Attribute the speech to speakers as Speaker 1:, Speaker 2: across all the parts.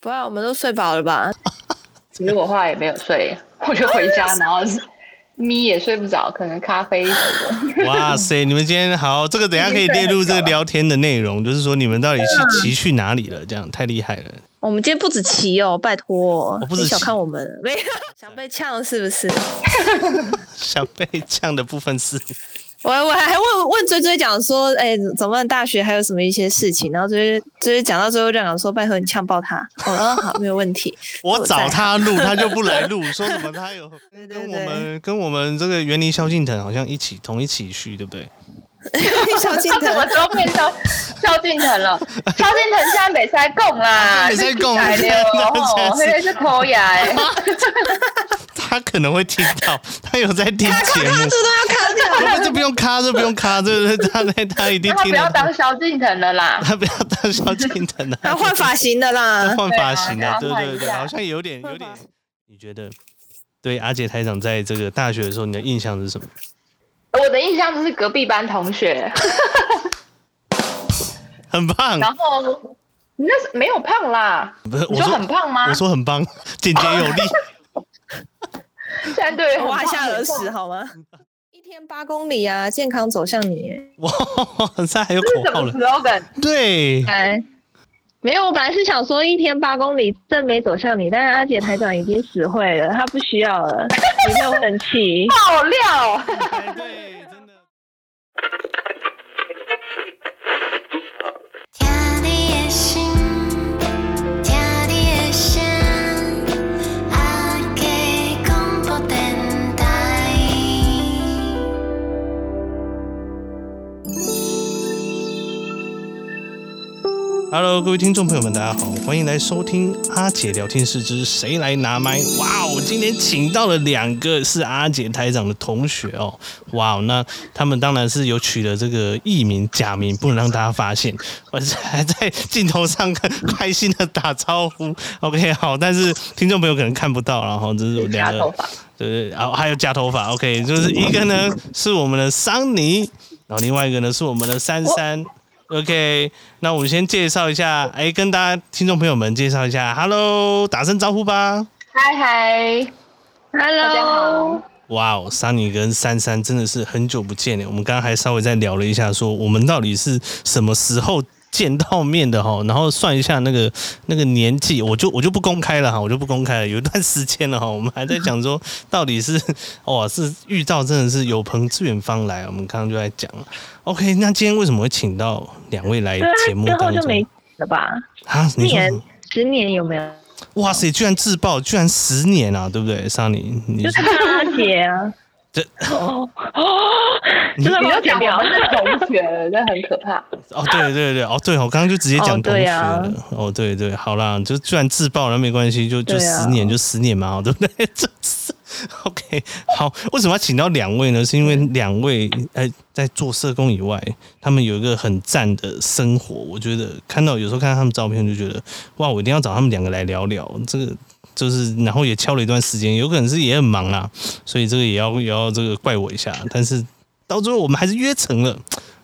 Speaker 1: 不然我们都睡饱了吧？
Speaker 2: 其实我后来也没有睡， 我就回家，然后咪也睡不着，可能咖啡什么的。
Speaker 3: 哇塞，你们今天好，这个等一下可以列入这个聊天的内容，就是说你们到底
Speaker 2: 啊
Speaker 3: 去骑去哪里了？这样太厉害了。
Speaker 1: 我们今天不止骑哦，拜托、
Speaker 3: 我不
Speaker 1: 你
Speaker 3: 止
Speaker 1: 小
Speaker 3: 骑
Speaker 1: 看我们了，没有想被呛是不是？
Speaker 3: 想被呛的部分是，
Speaker 1: 我我还问问追追讲说，哎、怎么办大学还有什么一些事情？然后追追追讲到最后，就讲说，拜托你呛爆他。哦，嗯好，没有问题。
Speaker 3: 我找他录，他就不来录，说什么他 有
Speaker 1: 对对
Speaker 3: 跟我
Speaker 1: 对，
Speaker 3: 们跟我们这个园林萧敬腾好像一起同一起去，对不对？
Speaker 1: 小心
Speaker 2: 他怎么
Speaker 1: 疼。
Speaker 2: 时候变成萧敬腾了？萧敬腾现在没在供啦，
Speaker 3: 没在供
Speaker 2: 来
Speaker 3: 现在
Speaker 2: 了哦，
Speaker 3: 现
Speaker 2: 现
Speaker 3: 在
Speaker 2: 在是抠牙哎。
Speaker 3: 他可能会听到，他有在听 节目，
Speaker 1: 都要卡掉。
Speaker 3: 这这不用卡，这不用卡，这这他他他一定
Speaker 2: 那他
Speaker 3: 听
Speaker 2: 不要
Speaker 3: 得到
Speaker 2: 当，萧敬腾了啦。
Speaker 3: 他不要当萧敬腾 啊，
Speaker 1: 要换发型的啦。
Speaker 3: 换发型
Speaker 2: 对
Speaker 3: 啊，
Speaker 2: 啊
Speaker 3: 对
Speaker 2: 要换
Speaker 3: 对
Speaker 2: 一
Speaker 3: 对，
Speaker 2: 下
Speaker 3: 好像有点有 点
Speaker 1: 换发，
Speaker 3: 你觉得？对阿姐台长在这个大学的时候，你的印象是什么？
Speaker 2: 我的印象就是隔壁班同学，
Speaker 3: 很棒，
Speaker 2: 然后你那是没有胖啦，
Speaker 3: 不是
Speaker 2: 你
Speaker 3: 我
Speaker 2: 说
Speaker 3: 说
Speaker 2: 很啊胖吗？
Speaker 3: 我说很棒，简洁 有力。
Speaker 2: 现在对于很
Speaker 1: 挖
Speaker 2: 胖
Speaker 1: 下
Speaker 2: 很
Speaker 1: 耳
Speaker 2: 胖
Speaker 1: 屎好吗？一天八公里啊，健康走向你耶。
Speaker 3: 哇，这还有
Speaker 2: 这是什
Speaker 3: 口号
Speaker 2: 么
Speaker 3: 了，
Speaker 2: slogan？
Speaker 3: 对，
Speaker 1: 哎，
Speaker 4: 没有，我本来是想说一天八公里正没走向你，但是阿姐台长已经死会了，她不需要了，你没有很气。
Speaker 2: 爆料。
Speaker 3: 哎对，真的。
Speaker 5: 家的夜深，家的夜深，阿给广播电台。
Speaker 3: Hello，各位听众朋友们，大家好，欢迎来收听阿姐聊天室之谁来拿麦？哇哦，今天请到了两个是阿姐台长的同学哦，哇哦，那他们当然是有取了这个艺名假名，不能让大家发现，我是还在镜头上开心的打招呼。OK，好，但是听众朋友可能看不到，然后这是两
Speaker 2: 夹头
Speaker 3: 个
Speaker 2: 发，
Speaker 3: 对对，然后还有夹头发。OK，就是一个呢是我们的桑尼，然后另外一个呢是我们的珊珊。OK，那我们先介绍一下，哎，跟大家听众朋友们介绍一下，Hello，打声招呼吧。
Speaker 2: 嗨嗨，大家
Speaker 4: Hello，
Speaker 2: 好。
Speaker 3: 哇哦，桑尼跟珊珊真的是很久不见了。我们刚刚还稍微再聊了一下，说我们到底是什么时候见到面的哈，然后算一下那个那个年纪，我就我就不公开了哈，我就不公开了，有一段时间了哈，我们还在讲 说到底是哇是遇到真的是有朋自远方来，我们刚刚就在讲了。OK，那今天为什么会请到两位来
Speaker 4: 对啊
Speaker 3: 节目
Speaker 4: 之后
Speaker 3: 当
Speaker 4: 就没
Speaker 3: 中
Speaker 4: 了吧？
Speaker 3: 啊？你说什
Speaker 4: 年
Speaker 3: 么
Speaker 4: 十年有没有？
Speaker 3: 哇塞，居然自爆，居然十年啊，对不对，桑尼？你
Speaker 4: 就是看阿姐啊。
Speaker 3: 这
Speaker 4: 哦哦，真的
Speaker 2: 你
Speaker 4: 没有
Speaker 2: 就讲
Speaker 4: 剪
Speaker 2: 我
Speaker 4: 掉
Speaker 2: 们。是同学 了，这很可怕。
Speaker 3: 哦，对对对，哦对，我刚刚就直接讲
Speaker 4: 哦
Speaker 3: 同学
Speaker 4: 对啊
Speaker 3: 了。哦，对对，好啦，就居然自爆了没关系，就就
Speaker 4: 对啊
Speaker 3: 十年就十年嘛， 对不对？这是 OK。好，为什么要请到两位呢？是因为两位哎，在做社工以外，他们有一个很赞的生活。我觉得看到有时候看到他们照片，就觉得哇，我一定要找他们两个来聊聊这个。就是，然后也敲了一段时间，有可能是也很忙啦，所以这个也要也要这个怪我一下。但是到最后我们还是约成了，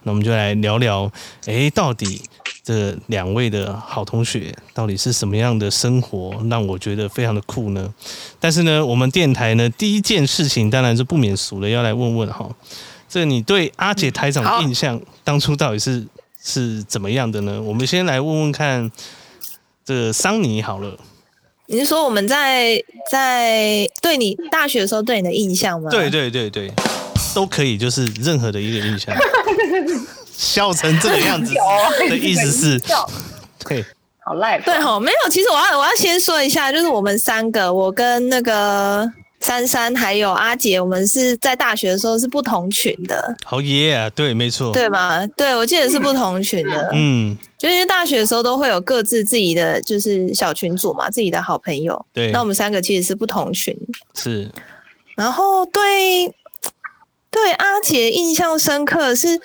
Speaker 3: 那我们就来聊聊，诶，到底这两位的好同学到底是什么样的生活，让我觉得非常的酷呢？但是呢，我们电台呢，第一件事情当然是不免俗的，要来问问哈，这你对阿姐台长的印象当初到底是是怎么样的呢？我们先来问问看，这个桑尼好了，
Speaker 1: 你是说我们在在对你大学的时候对你的印象吗？
Speaker 3: 对对对对，都可以，就是任何的一个印象。笑成这个样 子的意思是， 对，
Speaker 2: 啊好赖吧。
Speaker 1: 对吼，没有。其实我要我要先说一下，就是我们三个，我跟那个珊珊还有阿杰，我们是在大学的时候是不同群的，
Speaker 3: 好耶啊，对，没错，
Speaker 1: 对吗？对，我记得是不同群的，
Speaker 3: 嗯，
Speaker 1: 就是大学的时候都会有各自自己的就是小群组嘛，自己的好朋友。
Speaker 3: 对，
Speaker 1: 那我们三个其实是不同群，
Speaker 3: 是
Speaker 1: 然后对。对阿杰印象深刻是，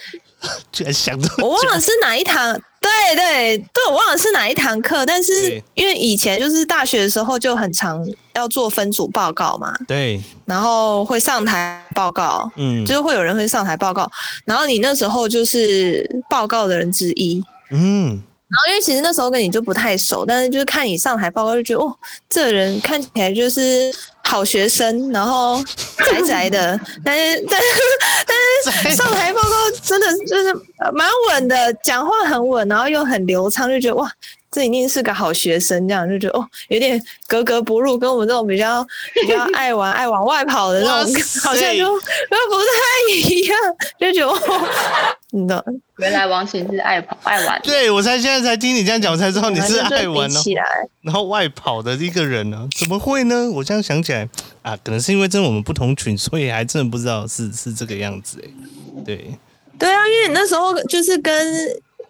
Speaker 3: 居然想这
Speaker 1: 我
Speaker 3: 么
Speaker 1: 忘
Speaker 3: 久，
Speaker 1: 了是哪一堂，对对对，我忘了是哪一堂课，但是
Speaker 3: 对
Speaker 1: 因为以前就是大学的时候就很常要做分组报告嘛，
Speaker 3: 对，
Speaker 1: 然后会上台报告，
Speaker 3: 嗯
Speaker 1: 就是会有人会上台报告，然后你那时候就是报告的人之一，
Speaker 3: 嗯，
Speaker 1: 然后因为其实那时候跟你就不太熟，但是就是看你上台报告就觉得，哦，这人看起来就是好学生，然后宅宅的，但是但是 但是上台报告真的就是呃蛮稳的，讲话很稳，然后又很流畅，就觉得哇。这一定是个好学生，这样就觉得哦，有点格格不入，跟我们这种比较比较爱玩、爱往外跑的那种
Speaker 3: 哇，塞
Speaker 1: 好像就就不太一样，就觉得哦，你懂，
Speaker 2: 原来王琴是爱 跑爱玩，
Speaker 3: 对我才现在才听你这样讲，我才知道你是爱玩
Speaker 1: 比
Speaker 3: 哦，
Speaker 1: 起来，
Speaker 3: 然后外跑的一个人呢、怎么会呢？我这样想起来啊，可能是因为真的我们不同群，所以还真的不知道是是这个样子哎。对，
Speaker 1: 对啊，因为你那时候就是跟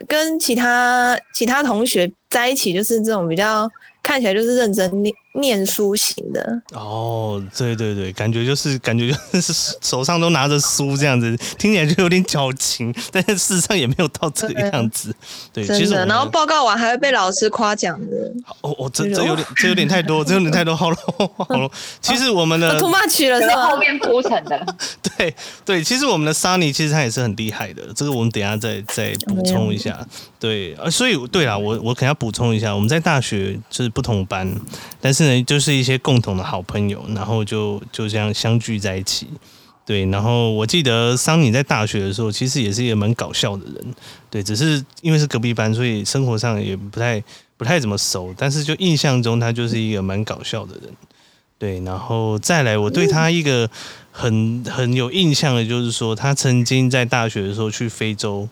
Speaker 1: 跟其他其他同学在一起，就是这种比较看起来就是认真念念书型的，
Speaker 3: 哦，对对对，感觉就是感觉就是手上都拿着书这样子，听起来就有点矫情，但是事实上也没有到这个样子。对，
Speaker 1: 真
Speaker 3: 其实我
Speaker 1: 的。
Speaker 3: 们
Speaker 1: 然后报告完还会被老师夸奖的，
Speaker 3: 哦哦，这
Speaker 1: 那
Speaker 3: 这
Speaker 1: 种
Speaker 3: 有点这有点太多，这有点太多，好了 好了。其实我们的、
Speaker 1: 都哦 too much 了
Speaker 2: 可
Speaker 1: 是
Speaker 2: 能后
Speaker 1: 吧？
Speaker 2: 面铺陈的。
Speaker 3: 对对，其实我们的 Sunny 其实他也是很厉害的，这个我们等一下再再补充一下。对，呃，所以对啦，我我可能要补充一下，我们在大学就是不同班，但是呢，就是一些共同的好朋友，然后就就这样相聚在一起。对，然后我记得桑尼在大学的时候，其实也是一个蛮搞笑的人，对，只是因为是隔壁班，所以生活上也不太不太怎么熟，但是就印象中他就是一个蛮搞笑的人，对，然后再来我对他一个很很有印象的，就是说他曾经在大学的时候去非洲，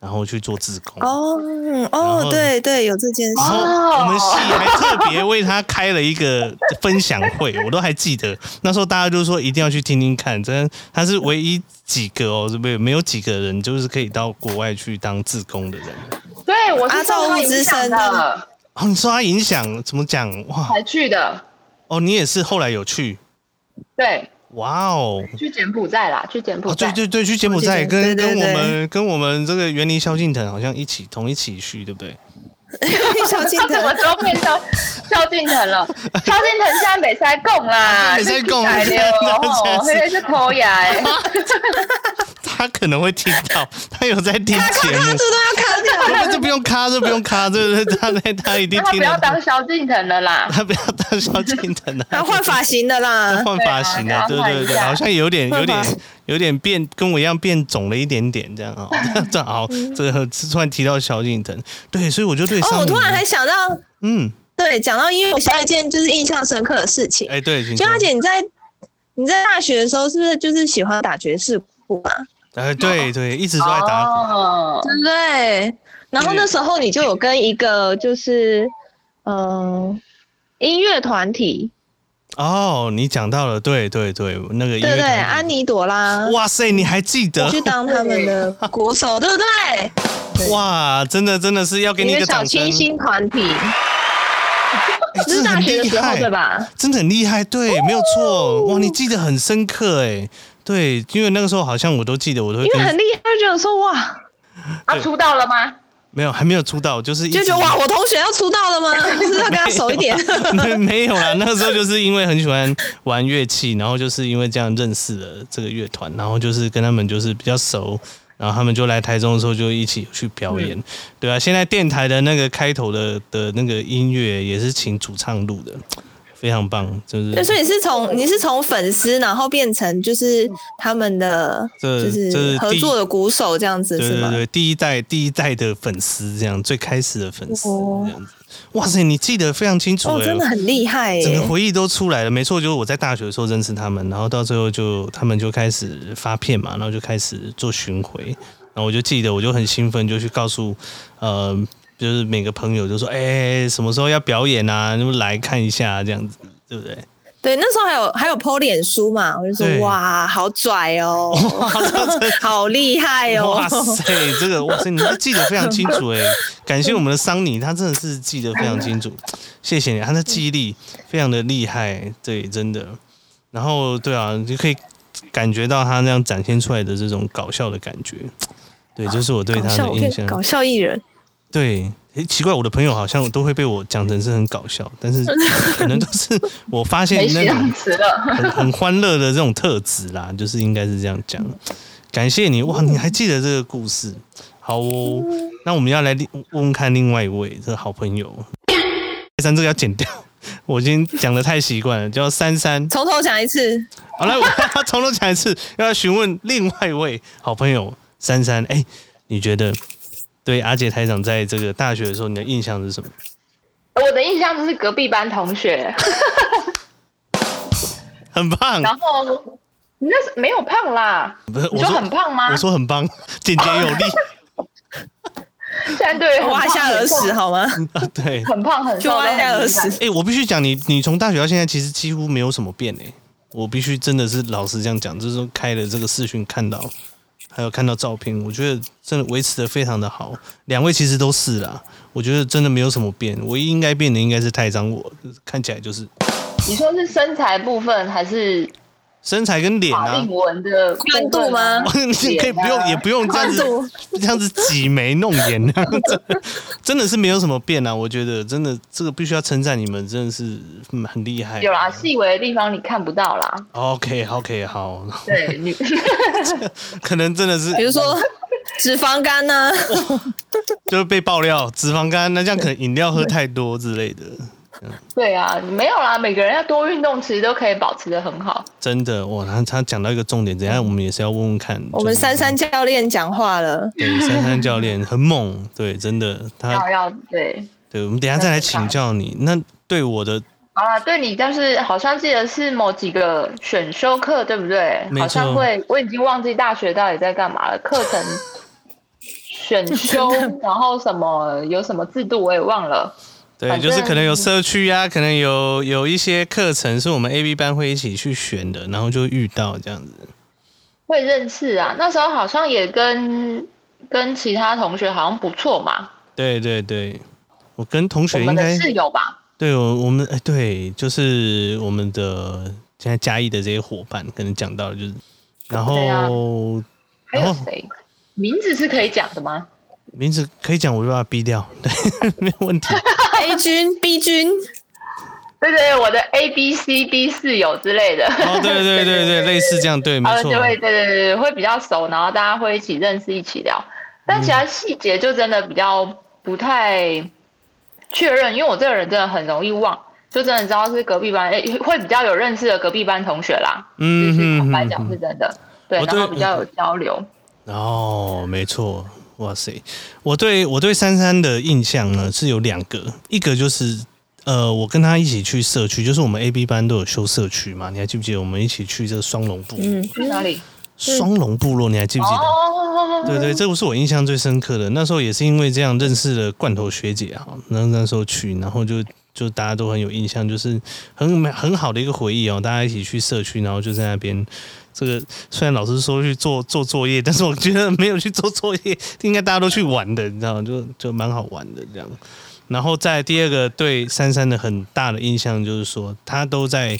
Speaker 3: 然后去做志工，
Speaker 1: 哦嗯
Speaker 3: 然后啊
Speaker 1: 哦，对对，有这件事
Speaker 3: 然，后
Speaker 2: 哦
Speaker 3: 我们系还特别为他开了一个分享会，我都还记得。那时候大家就说一定要去听听看，真的他是唯一几个哦，是不是没有几个人就是可以到国外去当志工的人？
Speaker 2: 对，我是
Speaker 1: 阿照
Speaker 2: 受他
Speaker 1: 物
Speaker 2: 影
Speaker 1: 之
Speaker 2: 响
Speaker 1: 声
Speaker 2: 的
Speaker 3: 哦，你受他影响怎么讲？哇，
Speaker 2: 才去的，
Speaker 3: 哦，你也是后来有去，
Speaker 2: 对，
Speaker 3: 哇哦。
Speaker 2: 去柬埔寨啦，去柬埔
Speaker 3: 哦，
Speaker 2: 寨。
Speaker 3: 对对对，去柬埔寨
Speaker 1: 去柬
Speaker 3: 跟
Speaker 1: 埔寨对
Speaker 3: 跟我
Speaker 1: 对
Speaker 3: 们跟我们这个园林萧敬腾好像一起同一起去，对不对？
Speaker 1: 小镜
Speaker 2: 他
Speaker 1: 头
Speaker 2: 什么时候变成萧敬腾了？萧敬腾现在北塞贡啦，
Speaker 3: 北塞贡
Speaker 2: 这是改了哦，现在是抠牙 哎，
Speaker 3: 他可能会听 到，他有在听节目，
Speaker 1: 这都要卡掉，
Speaker 3: 这这不用咔，这不用咔，这这他他他一定
Speaker 2: 那他不
Speaker 3: 听得
Speaker 2: 要
Speaker 3: 到。
Speaker 2: 当萧敬腾了啦。
Speaker 3: 他不要当萧敬腾啊，
Speaker 1: 要换发型的啦。
Speaker 3: 换发型啊，对
Speaker 2: 对啊
Speaker 3: 对
Speaker 2: 换
Speaker 3: 对，
Speaker 2: 一下
Speaker 3: 好像有 点有点
Speaker 1: 换发
Speaker 3: 有点变，跟我一样变肿了一点点这样 哦。这样 好，这个突然提到萧敬腾，对，所以我就对
Speaker 1: 哦，
Speaker 3: 上
Speaker 1: 我
Speaker 3: 敏
Speaker 1: 突然还想到，
Speaker 3: 嗯，
Speaker 1: 对，讲到音乐，我想到一件就是印象深刻的事情。
Speaker 3: 哎对，请
Speaker 1: 娟
Speaker 3: 说
Speaker 1: 花姐，你在你在大学的时候是不是就是喜欢打爵士鼓啊？
Speaker 3: 哎对对，一直都在打鼓，
Speaker 2: 哦，
Speaker 1: 对不对？然后那时候你就有跟一个就是嗯、呃音乐团体，
Speaker 3: 哦，你讲到了，对对对，那个音
Speaker 1: 对
Speaker 3: 乐
Speaker 1: 不对？
Speaker 3: 团体
Speaker 1: 安妮朵拉，
Speaker 3: 哇塞，你还记得
Speaker 1: 我去当他们的鼓手， 对不对？
Speaker 3: 哇？真的真的是要给你
Speaker 4: 一
Speaker 3: 一
Speaker 4: 个
Speaker 3: 个
Speaker 4: 小
Speaker 3: 掌声，
Speaker 4: 清新团体，
Speaker 1: 哦
Speaker 3: 哎
Speaker 4: 这是
Speaker 3: 真的
Speaker 4: 大
Speaker 3: 很
Speaker 4: 学的
Speaker 3: 厉
Speaker 4: 时候
Speaker 3: 害
Speaker 4: 对吧？
Speaker 3: 真的很厉害，对，没有错，哇，你记得很深刻哎，对，因为那个时候好像我都记得，我都会
Speaker 1: 因为
Speaker 3: 跟
Speaker 1: 很厉害，就觉得说哇，
Speaker 2: 他啊出道了吗？
Speaker 3: 没有还没有出道，就是一直
Speaker 1: 就觉得哇，我同学要出道了 吗？是不是要跟他熟一点？
Speaker 3: 没没有啦，那个时候就是因为很喜欢玩乐器，然后就是因为这样认识了这个乐团，然后就是跟他们就是比较熟，然后他们就来台中的时候就一起去表演，对啊，现在电台的那个开头的的那个音乐也是请主唱录的，非常棒，就是
Speaker 1: 对，所以你是从你是从粉丝，然后变成就是他们的就
Speaker 3: 这这是
Speaker 1: 是合
Speaker 3: 第
Speaker 1: 作的鼓手这样子
Speaker 3: 对
Speaker 1: 是
Speaker 3: 对
Speaker 1: 吗？
Speaker 3: 对，第一代第一代的粉丝这样，最开始的粉丝这样子，哇塞，你记得非常清楚、欸，
Speaker 1: 哦，真的很厉害耶！
Speaker 3: 整个回忆都出来了。没错，就是我在大学的时候认识他们，然后到最后就他们就开始发片嘛，然后就开始做巡回，然后我就记得我就很兴奋，就去告诉呃，就是每个朋友就说，哎、什么时候要表演啊？你们来看一下、这样子，对不对？
Speaker 1: 对，那时候还有还有 PO 脸书嘛，我就
Speaker 3: 对
Speaker 1: 说哇，好拽 哦，好厉害哦
Speaker 3: 哇，塞，这个哇塞，你都记得非常清楚 哎，感谢我们的桑尼，他真的是记得非常清楚，谢谢你，他的记忆力非常的厉害，对，真的。然后对啊，你就可以感觉到他那样展现出来的这种搞笑的感觉，对，这是我对
Speaker 1: 搞
Speaker 3: 他
Speaker 1: 笑
Speaker 3: 的
Speaker 1: 我
Speaker 3: 印
Speaker 1: 变
Speaker 3: 象。
Speaker 1: 搞笑艺人，
Speaker 3: 对，诶奇怪，我的朋友好像都会被我讲成是很搞笑，但是可能都是我发现
Speaker 2: 没
Speaker 3: 那
Speaker 2: 形
Speaker 3: 种
Speaker 1: 啊
Speaker 2: 容词了，
Speaker 3: 很很欢乐的这
Speaker 2: 嗯
Speaker 3: 种特质啦，就是应该是这样讲。感谢你哇，你还记得这个故事？好哦，那我们要来另问问看另外一位这好朋友，三这个要剪掉，我已经讲的太习惯了，叫三三。
Speaker 1: 从头讲一次，
Speaker 3: 好来，我从头讲一次，要询问另外一位好朋友珊珊，哎、你觉得对阿杰台长在这个大学的时候，你的印象是什么？
Speaker 2: 我的印象就是隔壁班同学，
Speaker 3: 很棒，
Speaker 2: 然后你那是没有胖啦，
Speaker 3: 不是
Speaker 2: 你
Speaker 3: 我
Speaker 2: 说
Speaker 3: 说
Speaker 2: 很啊胖吗？
Speaker 3: 我说很棒，简洁有 力
Speaker 2: 现在对于很 胖
Speaker 1: 挖下耳屎好 吗？
Speaker 3: 啊，对。
Speaker 2: 很胖很
Speaker 1: 就
Speaker 2: 瘦，
Speaker 1: 挖下耳屎。
Speaker 3: 哎、我必须讲，你你从大学到现在，其实几乎没有什么变哎、我必须真的是老实这样讲，就是说开了这个视讯看到，还有看到照片，我觉得真的维持的非常的好。两位其实都是啦，我觉得真的没有什么变，唯一应该变的应该是太张我，就是看起来就是
Speaker 2: 你说是身材部分还是
Speaker 3: 身材跟脸
Speaker 2: 法
Speaker 3: 啊
Speaker 2: 令。纹的部分啊
Speaker 1: 宽度吗
Speaker 3: 你可以不用，也不用这样子
Speaker 1: 宽度，
Speaker 3: 这样子挤眉弄眼那样子，真的是没有什么变啊！我觉得真的这个必须要称赞你们，真的是嗯很厉害。
Speaker 2: 有啦，细微的地方你看不到啦。
Speaker 3: OK OK，好，
Speaker 2: 对，你
Speaker 3: 可能真的是
Speaker 1: 比如 说脂肪肝啊呢、
Speaker 3: 就是被爆料脂肪肝，那这样可能饮料喝太多之类的，
Speaker 2: 对啊，没有啦，每个人要多运动，其实都可以保持的很好。
Speaker 3: 真的哇！他他讲到一个重点，等一下我们也是要问问看。
Speaker 1: 嗯我们
Speaker 3: 就是
Speaker 1: 珊珊教练讲话 了，
Speaker 3: 对珊珊教练很猛，对，真的
Speaker 2: 要
Speaker 3: 他
Speaker 2: 要对，
Speaker 3: 对，我们等一下再来请教你。那对我的
Speaker 2: 好啦，啊对你但是好像记得是某几个选修课，对不对？
Speaker 3: 没错
Speaker 2: 好像会，我已经忘记大学到底在干嘛了。课程选修，然后什么有什么制度我也忘了。
Speaker 3: 对，
Speaker 2: 反
Speaker 3: 就
Speaker 2: 正
Speaker 3: 是可能有社区啊，可能有有一些课程是我们 A B 班会一起去选的，然后就遇到这样子。
Speaker 2: 会认识啊，那时候好像也跟跟其他同学好像不错嘛，
Speaker 3: 对对对，我跟同
Speaker 2: 我
Speaker 3: 学应
Speaker 2: 们的
Speaker 3: 该
Speaker 2: 室友吧。
Speaker 3: 对，我我们哎，对，就是我们的现在嘉义的这些伙伴，可能讲到就是，然
Speaker 2: 对啊
Speaker 3: 后、
Speaker 2: 还有
Speaker 3: 然后
Speaker 2: 谁？名字是可以讲的吗？
Speaker 3: 名字可以讲，我就把它逼掉，对， 没有问题。
Speaker 1: A 君、B 君，
Speaker 2: 对对，对我的 A B C D 室友之类的。
Speaker 3: 哦，对对对对，类似这样，对，没
Speaker 2: 他们
Speaker 3: 错
Speaker 2: 就，会呃对对对对会比较熟，然后大家会一起认识、一起聊。但其他
Speaker 3: 嗯
Speaker 2: 细节就真的比较不太确认，因为我这个人真的很容易忘，就真的知道是隔壁班，诶、会比较有认识的隔壁班同学啦。就
Speaker 3: 嗯
Speaker 2: 是坦白
Speaker 3: 哼
Speaker 2: 讲是
Speaker 3: 哼，
Speaker 2: 真的，对，
Speaker 3: 我
Speaker 2: 然
Speaker 3: 对嗯
Speaker 2: 后比较有交流。
Speaker 3: 哦，没错，哇塞，我对我对珊珊的印象呢是有两个，一个就是。呃，我跟她一起去社区，就是我们 A B 班都有修社区嘛，你还记不记得我们一起去这个双龙部落？
Speaker 1: 嗯，
Speaker 2: 去哪里？
Speaker 3: 双龙部落，你还记不记得？
Speaker 2: 哦，
Speaker 3: 对对，这不是我印象最深刻的。那时候也是因为这样认识了罐头学姐啊，那那时候去，然后就就大家都很有印象，就是很很好的一个回忆哦。大家一起去社区，然后就在那边。这个虽然老师说去做做作业，但是我觉得没有去做作业，应该大家都去玩的，你知道吗？就就蛮好玩的这样。然后在第二个对珊珊的很大的印象就是说，她都在，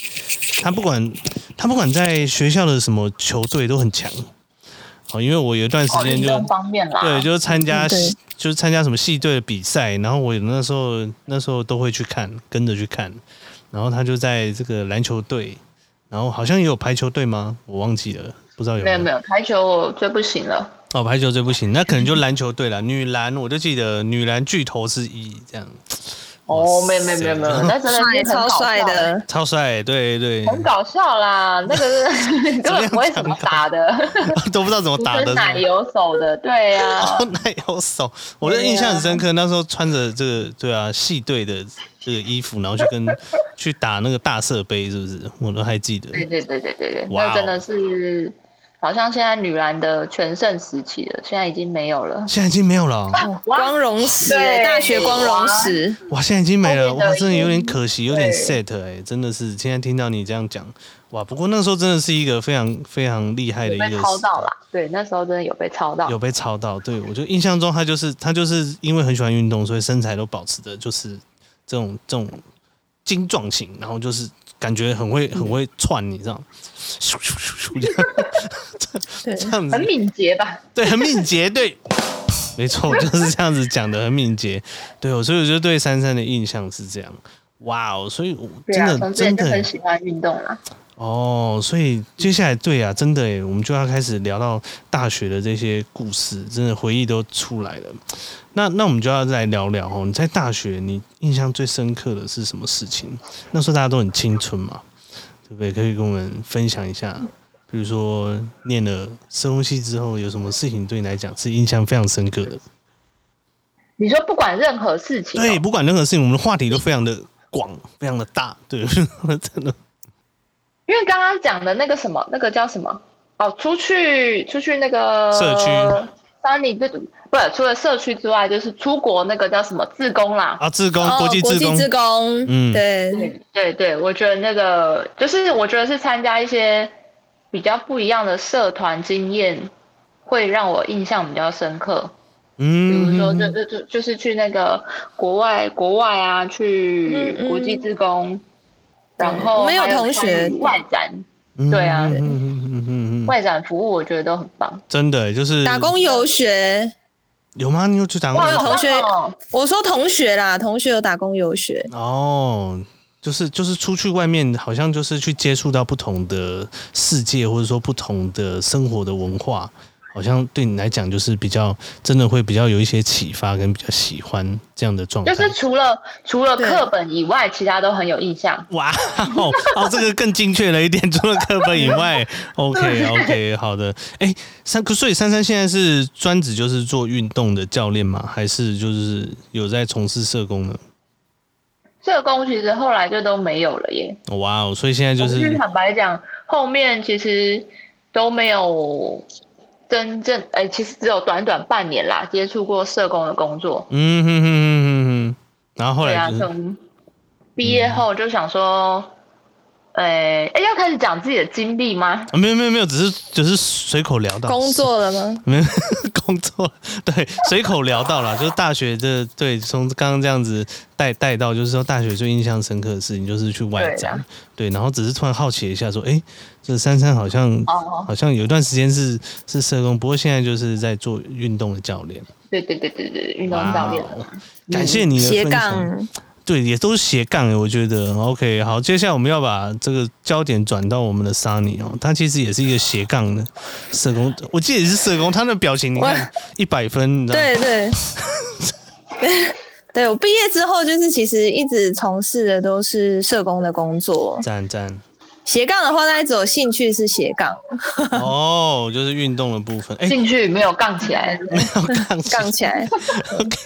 Speaker 3: 她不管她不管在学校的什么球队都很强。哦，因为我有一段时
Speaker 2: 哦，
Speaker 3: 间
Speaker 2: 运
Speaker 3: 就
Speaker 2: 动方面啦，
Speaker 3: 对，就是参加
Speaker 1: 嗯对
Speaker 3: 戏就是参加什么戏队的比赛，然后我那时候那时候都会去看，跟着去看。然后他就在这个篮球队，然后好像也有排球队吗？我忘记了，不知道有
Speaker 2: 没有没
Speaker 3: 有。
Speaker 2: 有排球我最不行了，
Speaker 3: 哦，排球队不行，那可能就篮球队了。女篮我就记得女篮巨头是一这样，
Speaker 2: 哦，没有没有没有没有，那真的
Speaker 1: 帅
Speaker 2: 是很
Speaker 1: 超
Speaker 2: 搞
Speaker 1: 帅
Speaker 2: 笑欸，
Speaker 1: 的，
Speaker 3: 超帅，对对，
Speaker 2: 很搞笑啦，那个是根本不会怎么打的，
Speaker 3: 都不知道怎么打的。
Speaker 2: 是
Speaker 3: 是吗
Speaker 2: 奶油手的，对呀、啊
Speaker 3: 哦，，奶油手，我的印象很深刻。那时候穿着这个，对啊，系队的这个衣服，然后去跟 去打那个大色杯，是不是？我都还记得。
Speaker 2: 对对对对对对，
Speaker 3: 哇哦
Speaker 2: 那真的是好像现在女篮的全盛时期了，现在已经没有了。
Speaker 3: 现在已经没有了哦，
Speaker 1: 光荣史欸、
Speaker 2: 对
Speaker 1: 大学光荣史，
Speaker 3: 哇，现在已经没了，
Speaker 2: 后面的
Speaker 3: 哇，真的有点可惜，有点
Speaker 2: 对
Speaker 3: sad 哎、真的是。现在听到你这样讲，哇，不过那时候真的是一个非常非常厉害的一
Speaker 2: 有被
Speaker 3: 个
Speaker 2: 抄
Speaker 3: 时
Speaker 2: 到啦，对，那时候真的有被抄到，
Speaker 3: 有被抄到。对我就印象中，他就是他就是因为很喜欢运动，所以身材都保持的就是这种这种精壮型，然后就是感觉很会很会窜，你知道吗，咻咻咻咻这
Speaker 1: 对
Speaker 3: 样这
Speaker 2: 很
Speaker 3: 样子，
Speaker 2: 敏捷吧？
Speaker 3: 对，很敏捷，对。没错，就是这样子讲的，很敏捷。对，我所以我就对珊珊的印象是这样。哇哦，所以我
Speaker 2: 对
Speaker 3: 真
Speaker 2: 啊，
Speaker 3: 的、
Speaker 2: 从之前就
Speaker 3: 真的
Speaker 2: 很喜欢运动啦。
Speaker 3: 哦，所以接下来对啊，真的诶，我们就要开始聊到大学的这些故事，真的回忆都出来了。那那我们就要再聊聊哦，你在大学你印象最深刻的是什么事情？那时候大家都很青春嘛，对不对？可以跟我们分享一下，比如说念了生物系之后，有什么事情对你来讲是印象非常深刻的？
Speaker 2: 你说不管任何事情哦、
Speaker 3: 对，不管任何事情，我们的话题都非常的广，非常的大，对，真的。
Speaker 2: 因为刚刚讲的那个什么，那个叫什么？哦，出去出去那个
Speaker 3: 社区。
Speaker 2: 当你这不除了社区之外，就是出国那个叫什么自工啦。
Speaker 3: 啊，志工，
Speaker 1: 哦
Speaker 3: 国际志工，
Speaker 1: 志工，
Speaker 3: 嗯
Speaker 1: 对，
Speaker 2: 对对，我觉得那个就是我觉得是参加一些比较不一样的社团经验，会让我印象比较深刻。比
Speaker 3: 嗯，
Speaker 2: 如说就，就就就是去那个国外国外啊，去
Speaker 1: 嗯嗯
Speaker 2: 国际职工，然后
Speaker 1: 我们有
Speaker 2: 还
Speaker 1: 同学
Speaker 2: 参与外展
Speaker 3: 嗯
Speaker 2: 对啊
Speaker 3: 嗯嗯嗯嗯嗯嗯，
Speaker 2: 外展服务，我觉得都很棒。
Speaker 3: 真的就是
Speaker 1: 打工游学。
Speaker 3: 有吗？你有去打工
Speaker 1: 哇有
Speaker 3: 游？
Speaker 1: 同学
Speaker 2: 好棒哦
Speaker 1: 我说同学啦，同学有打工游学，
Speaker 3: 哦，就是就是出去外面，好像就是去接触到不同的世界，或者说不同的生活的文化，好像对你来讲就是比较真的会比较有一些启发，跟比较喜欢这样的状态。
Speaker 2: 就是除了除了
Speaker 1: 对
Speaker 2: 课本以外，其他都很有印象。
Speaker 3: 哇哦，哦，这个更精确了一点， 除了课本以外，OK OK，好的。哎，三，可所以珊珊现在是专职就是做运动的教练吗？还是就是有在从事社工呢？
Speaker 2: 社工其实后来就都没有了耶。
Speaker 3: 哇哦，所以现在就
Speaker 2: 我
Speaker 3: 是
Speaker 2: 坦白讲，后面其实都没有真正哎、其实只有短短半年啦，接触过社工的工作。
Speaker 3: 嗯哼哼哼哼哼，然后后
Speaker 2: 对
Speaker 3: 来
Speaker 2: 啊，
Speaker 3: 就是嗯
Speaker 2: 从毕业后就想说，哎、哎、要开始讲自己的经历吗？
Speaker 3: 啊没有没有没有，只是只是随口聊到
Speaker 1: 工作了吗？
Speaker 3: 没有 工作，对，随口聊到了，就是大学这对，从刚刚这样子带带到，就是说大学最印象深刻的事情就是去外
Speaker 2: 对
Speaker 3: 展
Speaker 2: 啊，
Speaker 3: 对，然后只是突然好奇一下，说，哎，这珊珊好像
Speaker 2: 哦
Speaker 3: 好像有一段时间是是社工，不过现在就是在做运动的教练，
Speaker 2: 对对对对对，运动教练
Speaker 3: 哇 哦感谢你的
Speaker 1: 斜
Speaker 3: 分享，嗯
Speaker 1: 杠，
Speaker 3: 对，也都是斜杠，欸我觉得 OK。好，接下来我们要把这个焦点转到我们的 Sunny 哦，他其实也是一个斜杠的社工，我记得也是社工，他的表情你看一百分，你知道吗？
Speaker 1: 对对。 对我毕业之后，就是其实一直从事的都是社工的工作。
Speaker 3: 赞赞。
Speaker 1: 斜杠的话，大概只有兴趣是斜杠，
Speaker 3: 哦，就是运动的部分。哎、
Speaker 2: 进去没有杠起来，
Speaker 3: 要杠起
Speaker 1: 杠起来，
Speaker 3: OK，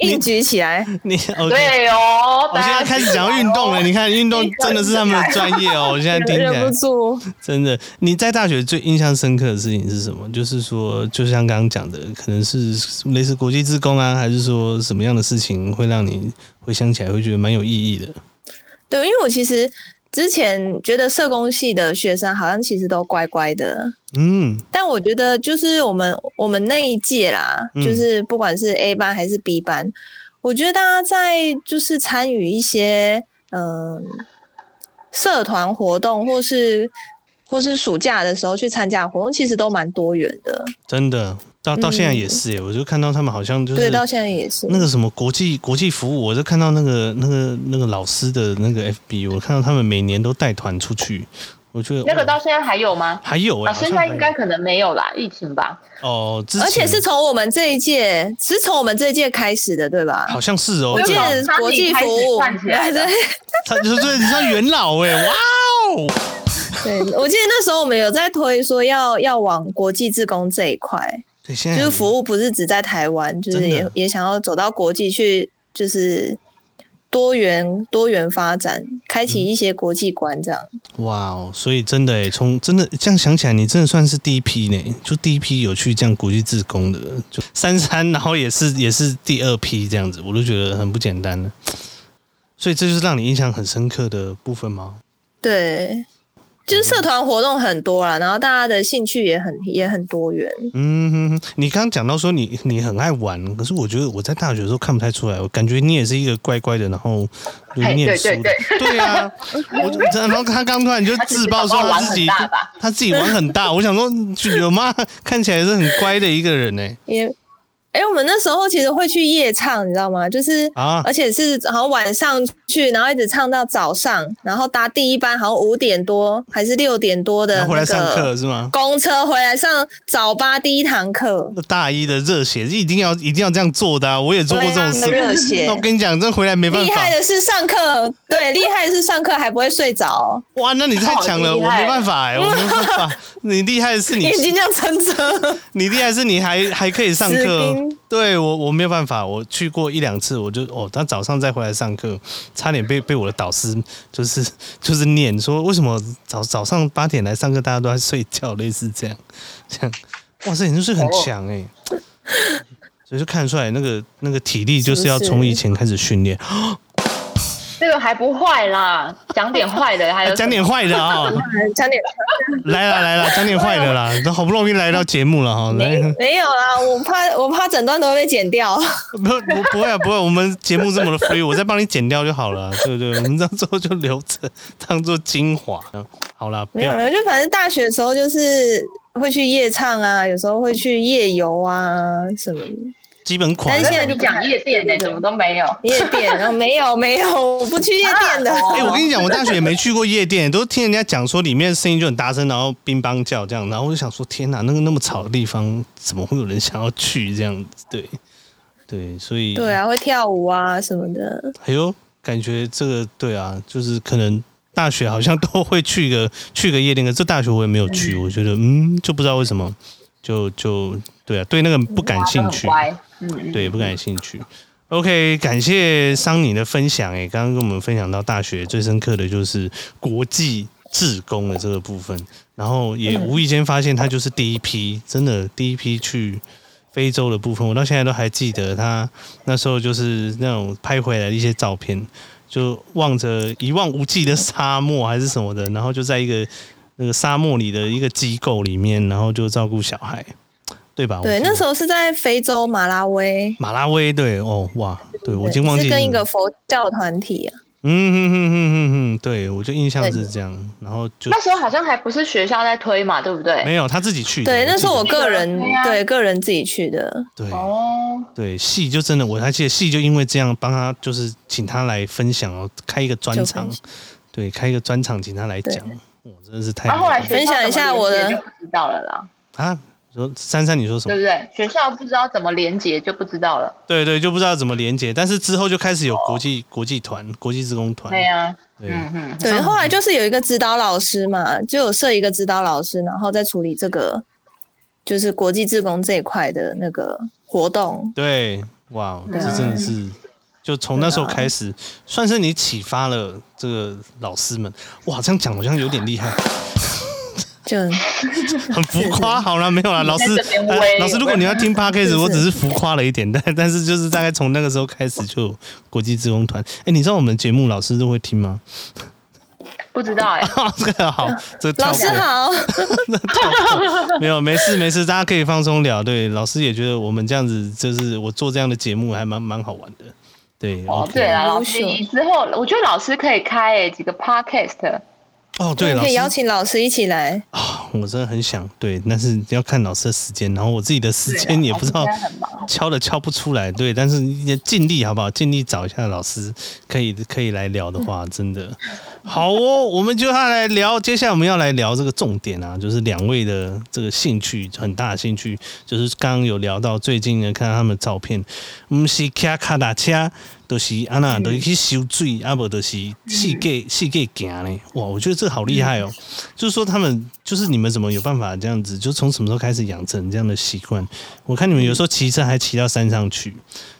Speaker 1: 硬举起 来。
Speaker 3: 你 OK。
Speaker 2: 对哦，
Speaker 3: 我现在开始讲到运动了，你看运动真的是他们的专业哦。我现在听起
Speaker 1: 忍
Speaker 3: 来
Speaker 1: 不住，
Speaker 3: 真的，你在大学最印象深刻的事情是什么？就是说，就像刚刚讲的，可能是类似国际职工啊，还是说什么样的事情会让你回想起来会觉得蛮有意义的？
Speaker 1: 对，因为我其实之前觉得社工系的学生好像其实都乖乖的，
Speaker 3: 嗯
Speaker 1: 但我觉得就是我们我们那一届啦，
Speaker 3: 嗯
Speaker 1: 就是不管是 A 班还是 B 班，我觉得大家在就是参与一些嗯、社团活动，或是或是暑假的时候去参加活动，其实都蛮多元的。
Speaker 3: 真的，到到现在
Speaker 1: 嗯
Speaker 3: 也是耶，我就看到他们好像就是
Speaker 1: 对，到现在也是。
Speaker 3: 嗯那个什么国际国际服务，我就看到那个那个那个老师的那个 FB，我看到他们每年都带团出去，我觉得
Speaker 2: 那个
Speaker 3: 哇
Speaker 2: 到现在还有吗？
Speaker 3: 还有哎、
Speaker 2: 啊，
Speaker 3: 好像
Speaker 2: 现在
Speaker 3: 还有
Speaker 2: 应该可能没有啦，疫情吧。
Speaker 3: 哦，之前
Speaker 1: 而且是从我们这一届，是从我们这一届开始的，对吧？
Speaker 3: 好像是哦，
Speaker 1: 我
Speaker 2: 有
Speaker 1: 记
Speaker 3: 对吧
Speaker 1: 得
Speaker 2: 从
Speaker 1: 国际
Speaker 2: 他自
Speaker 1: 服
Speaker 2: 己开始
Speaker 1: 务，
Speaker 2: 串起来的
Speaker 1: 对
Speaker 3: 他就是你像元老哎、哇哦，
Speaker 1: 对，我记得那时候我们有在推说要要往国际志工这一块，
Speaker 3: 对，现
Speaker 1: 就
Speaker 3: 在
Speaker 1: 是服务不是只在台湾，就是
Speaker 3: 嗯真的
Speaker 1: 也也想要走到国际去，就是多元多元发展，开启一些国际观这样。
Speaker 3: 哇哦，所以真的哎、从真的这样想起来，你真的算是第一批呢，就第一批有去这样国际自工的，就珊珊，然后也是 也是第二批这样子，我都觉得很不简单了。所以这就是让你印象很深刻的部分吗？
Speaker 1: 对，就是社团活动很多啦，然后大家的兴趣也很也很多元。
Speaker 3: 嗯，你刚刚讲到说你你很爱玩，可是我觉得我在大学的时候看不太出来，我感觉你也是一个乖乖的，然后就
Speaker 2: 嘿
Speaker 3: 念
Speaker 2: 对
Speaker 3: 书的，
Speaker 2: 对
Speaker 3: 对啊，我就然后他刚突然就自曝说他自己
Speaker 2: 他其实搞不好玩很大吧
Speaker 3: 他自己玩很大，我想说有吗？看起来是很乖的一个人呢、欸
Speaker 1: 也，哎、哎、我们那时候其实会去夜唱，你知道吗？就是，
Speaker 3: 啊
Speaker 1: 而且是好像晚上去，然后一直唱到早上，然后搭第一班好像五点多还是六点多
Speaker 3: 然
Speaker 1: 的
Speaker 3: 后回
Speaker 1: 那
Speaker 3: 来上课
Speaker 1: 个
Speaker 3: 是吗？
Speaker 1: 公车回来上早八第一堂课，
Speaker 3: 那大一的热血一定要一定要这样做的啊！我也做过这种
Speaker 1: 对啊
Speaker 3: 事。
Speaker 1: 热血
Speaker 3: 那 我。跟你讲，这回来没办
Speaker 1: 厉害
Speaker 3: 法。
Speaker 1: 的是上课，对，厉害的是上课还不会睡着，
Speaker 3: 哇，那你太强了，
Speaker 2: 好
Speaker 3: 我
Speaker 2: 厉害
Speaker 3: 没办法哎，我没办法。你厉害的是 你
Speaker 1: 眼，睛这样撑 着。
Speaker 3: 你厉害的是你还还可以上
Speaker 1: 死
Speaker 3: 课
Speaker 1: 盯。
Speaker 3: 对我我没有办法，我去过一两次，我就哦，他早上再回来上课，差点被被我的导师就是 就是念说，为什么早早上八点来上课，大家都在睡觉，类似这样这样。哇塞，你就是很强哎、所以就看得出来，那个那个体力就是要
Speaker 1: 是不是
Speaker 3: 从以前开始训练。
Speaker 2: 这个还不坏啦，讲点坏的，还有什么
Speaker 3: 讲点坏的啊、
Speaker 1: 哎讲点
Speaker 3: 来了来了，讲点坏的啦，都好不容易来到节目了哈、来，
Speaker 1: 没有啦，我怕我怕整段都会被剪掉。
Speaker 3: 不不不会啊，不会，我们节目这么的 free，我再帮你剪掉就好了啊、对不对？我们到最后就留着当做精华。啊好啦，不
Speaker 1: 没有
Speaker 3: 要
Speaker 1: 没有，就反正大学的时候就是会去夜唱啊，有时候会去夜游啊什么
Speaker 3: 基本款
Speaker 1: 但。是现在就
Speaker 2: 你讲夜店呢、怎么都没有。
Speaker 1: 夜店。然后没有没有，我不去夜店的。
Speaker 3: 哎、我跟你讲，我大学也没去过夜店，都听人家讲说里面声音就很大声，然后乒乓叫这样，然后我就想说，天哪，那个那么吵的地方，怎么会有人想要去这样子？对，对，所以
Speaker 1: 对啊，会跳舞啊什么的。
Speaker 3: 哎呦，感觉这个对啊，就是可能大学好像都会去个 去个夜店，可是大学我也没有去，我觉得嗯，就不知道为什么，就就对啊，对那个不感兴趣
Speaker 2: 大，家都很乖，嗯，
Speaker 3: 对不感兴趣。OK，感谢桑尼的分享。哎，刚刚跟我们分享到大学最深刻的就是国际志工的这个部分，然后
Speaker 1: 嗯
Speaker 3: 也无意间发现他就是第一批，真的第一批去非洲的部分，我到现在都还记得他那时候就是那种拍回来的一些照片，就望着一望无际的沙漠还是什么的，然后就在一个那个沙漠里的一个机构里面，然后就照顾小孩，对吧？
Speaker 1: 对，那时
Speaker 3: 候
Speaker 1: 候是在非洲马拉维，
Speaker 3: 马拉维对哦哇，对我已经忘记
Speaker 1: 是跟一个
Speaker 3: 了
Speaker 1: 佛教团体啊。
Speaker 3: 嗯哼哼哼哼哼，对我就印象是这样，然后就
Speaker 2: 那时候好像还不是学校在推嘛，对不对？
Speaker 3: 没有他自己去的，
Speaker 1: 对，那
Speaker 3: 记
Speaker 1: 是
Speaker 3: 得嗯
Speaker 1: 我个人
Speaker 2: 对啊
Speaker 1: 对个人自己去的。
Speaker 3: 对
Speaker 2: 哦，
Speaker 3: 对，戏就真的，我还记得戏就因为这样帮他，就是请他来分享哦，开一个专场
Speaker 1: 就分，
Speaker 3: 对，开一个专场请他来讲，我真的是太
Speaker 2: 然啊后后来
Speaker 3: 厉害
Speaker 2: 学校
Speaker 1: 分享一下我的
Speaker 2: 怎么连接就不知道了啦，
Speaker 3: 了啊！你说珊珊，你说什
Speaker 2: 对
Speaker 3: 么？
Speaker 2: 不对？学校不知道怎么连接就不知道了，
Speaker 3: 对对，就不知道怎么连接，但是之后就开始有国际、国际团、国际职工团，
Speaker 2: 对呀，
Speaker 3: 哎对
Speaker 2: 嗯嗯，
Speaker 1: 对，后来就是有一个指导老师嘛，就有设一个指导老师，然后再处理这个就是国际志工这一块的那个活动。
Speaker 3: 对，哇，
Speaker 2: 对啊
Speaker 3: 这真的是，就从那时候开始，算是你启发了这个老师们。哇，这样讲好像有点厉害，
Speaker 1: 就
Speaker 3: 很浮夸。好了，没有啦，老师
Speaker 2: 在这，边
Speaker 3: 呃
Speaker 2: 威
Speaker 3: 老师，如果你要 听 podcast，
Speaker 1: 是
Speaker 3: 我只是浮夸了一点，但但是就是大概从那个时候开始就有国际职工团。哎，你知道我们节目老师都会听吗？
Speaker 2: 不知道哎，
Speaker 3: 这个好，这个跳
Speaker 1: 老师
Speaker 3: 过
Speaker 1: 好，
Speaker 3: 没有，没事没事，大家可以放松聊。对，老师也觉得我们这样子，就是我做这样的节目还蛮蛮好玩的。对，
Speaker 2: 哦
Speaker 3: OK
Speaker 2: 对了，老师
Speaker 1: 优秀
Speaker 2: 你之后我觉得老师可以开哎几个 podcast，
Speaker 3: 哦对，
Speaker 1: 你
Speaker 3: 老
Speaker 1: 可以邀
Speaker 3: 师
Speaker 1: 请老师一起来。
Speaker 3: 我真的很想对，但是要看老师的时间，然后我自己的时间也不知道
Speaker 2: 啊老师现在很忙
Speaker 3: 敲了敲不出来，对，但是也尽力好不好？尽力找一下老师，可以可以来聊的话，真的好哦。我们就要来聊，接下来我们要来聊这个重点啊，就是两位的这个兴趣很大的兴趣，就是刚刚有聊到最近呢，看到他们的照片，不是骑卡达车，都、就是安娜，都、就是去修水，啊不，都是世界世界行嘞。哇，我觉得这好厉害哦。就是说他们，就是你们怎么有办法这样子？就从什么时候开始养成这样的习惯？我看你们有时候骑车还骑到山上去，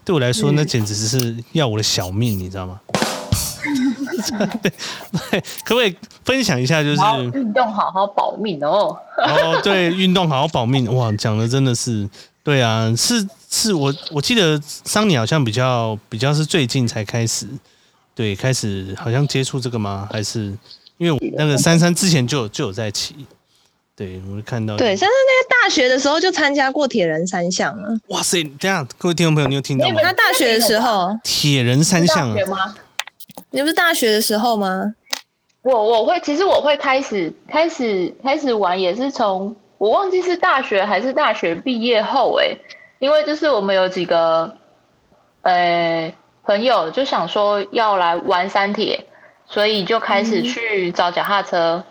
Speaker 3: 对我来说
Speaker 2: 嗯
Speaker 3: 那简直是要我的小命，你知道吗？ 对，可不可以分享一下？就是
Speaker 2: 然后运动好好保命哦。
Speaker 3: 哦，对，运动好好保命。哇，讲的真的是，对啊，是是我我记得桑尼好像比较比较是最近才开始，对，开始好像接触这个吗？还是因为我那个珊珊之前就有就有在骑，对我就看到
Speaker 1: 对，像是那个大学的时候就参加过铁人三项啊了。
Speaker 3: 哇塞，这样各位听众朋友，你有听到吗？
Speaker 1: 哎那大学的时候，
Speaker 3: 铁人三项
Speaker 2: 大学，
Speaker 3: 啊
Speaker 2: 吗？
Speaker 1: 你不是大学的时候吗？
Speaker 2: 我我会，其实我会开始开始开始玩，也是从我忘记是大学还是大学毕业后、欸，因为就是我们有几个呃朋友就想说要来玩山铁，所以就开始去找脚踏车，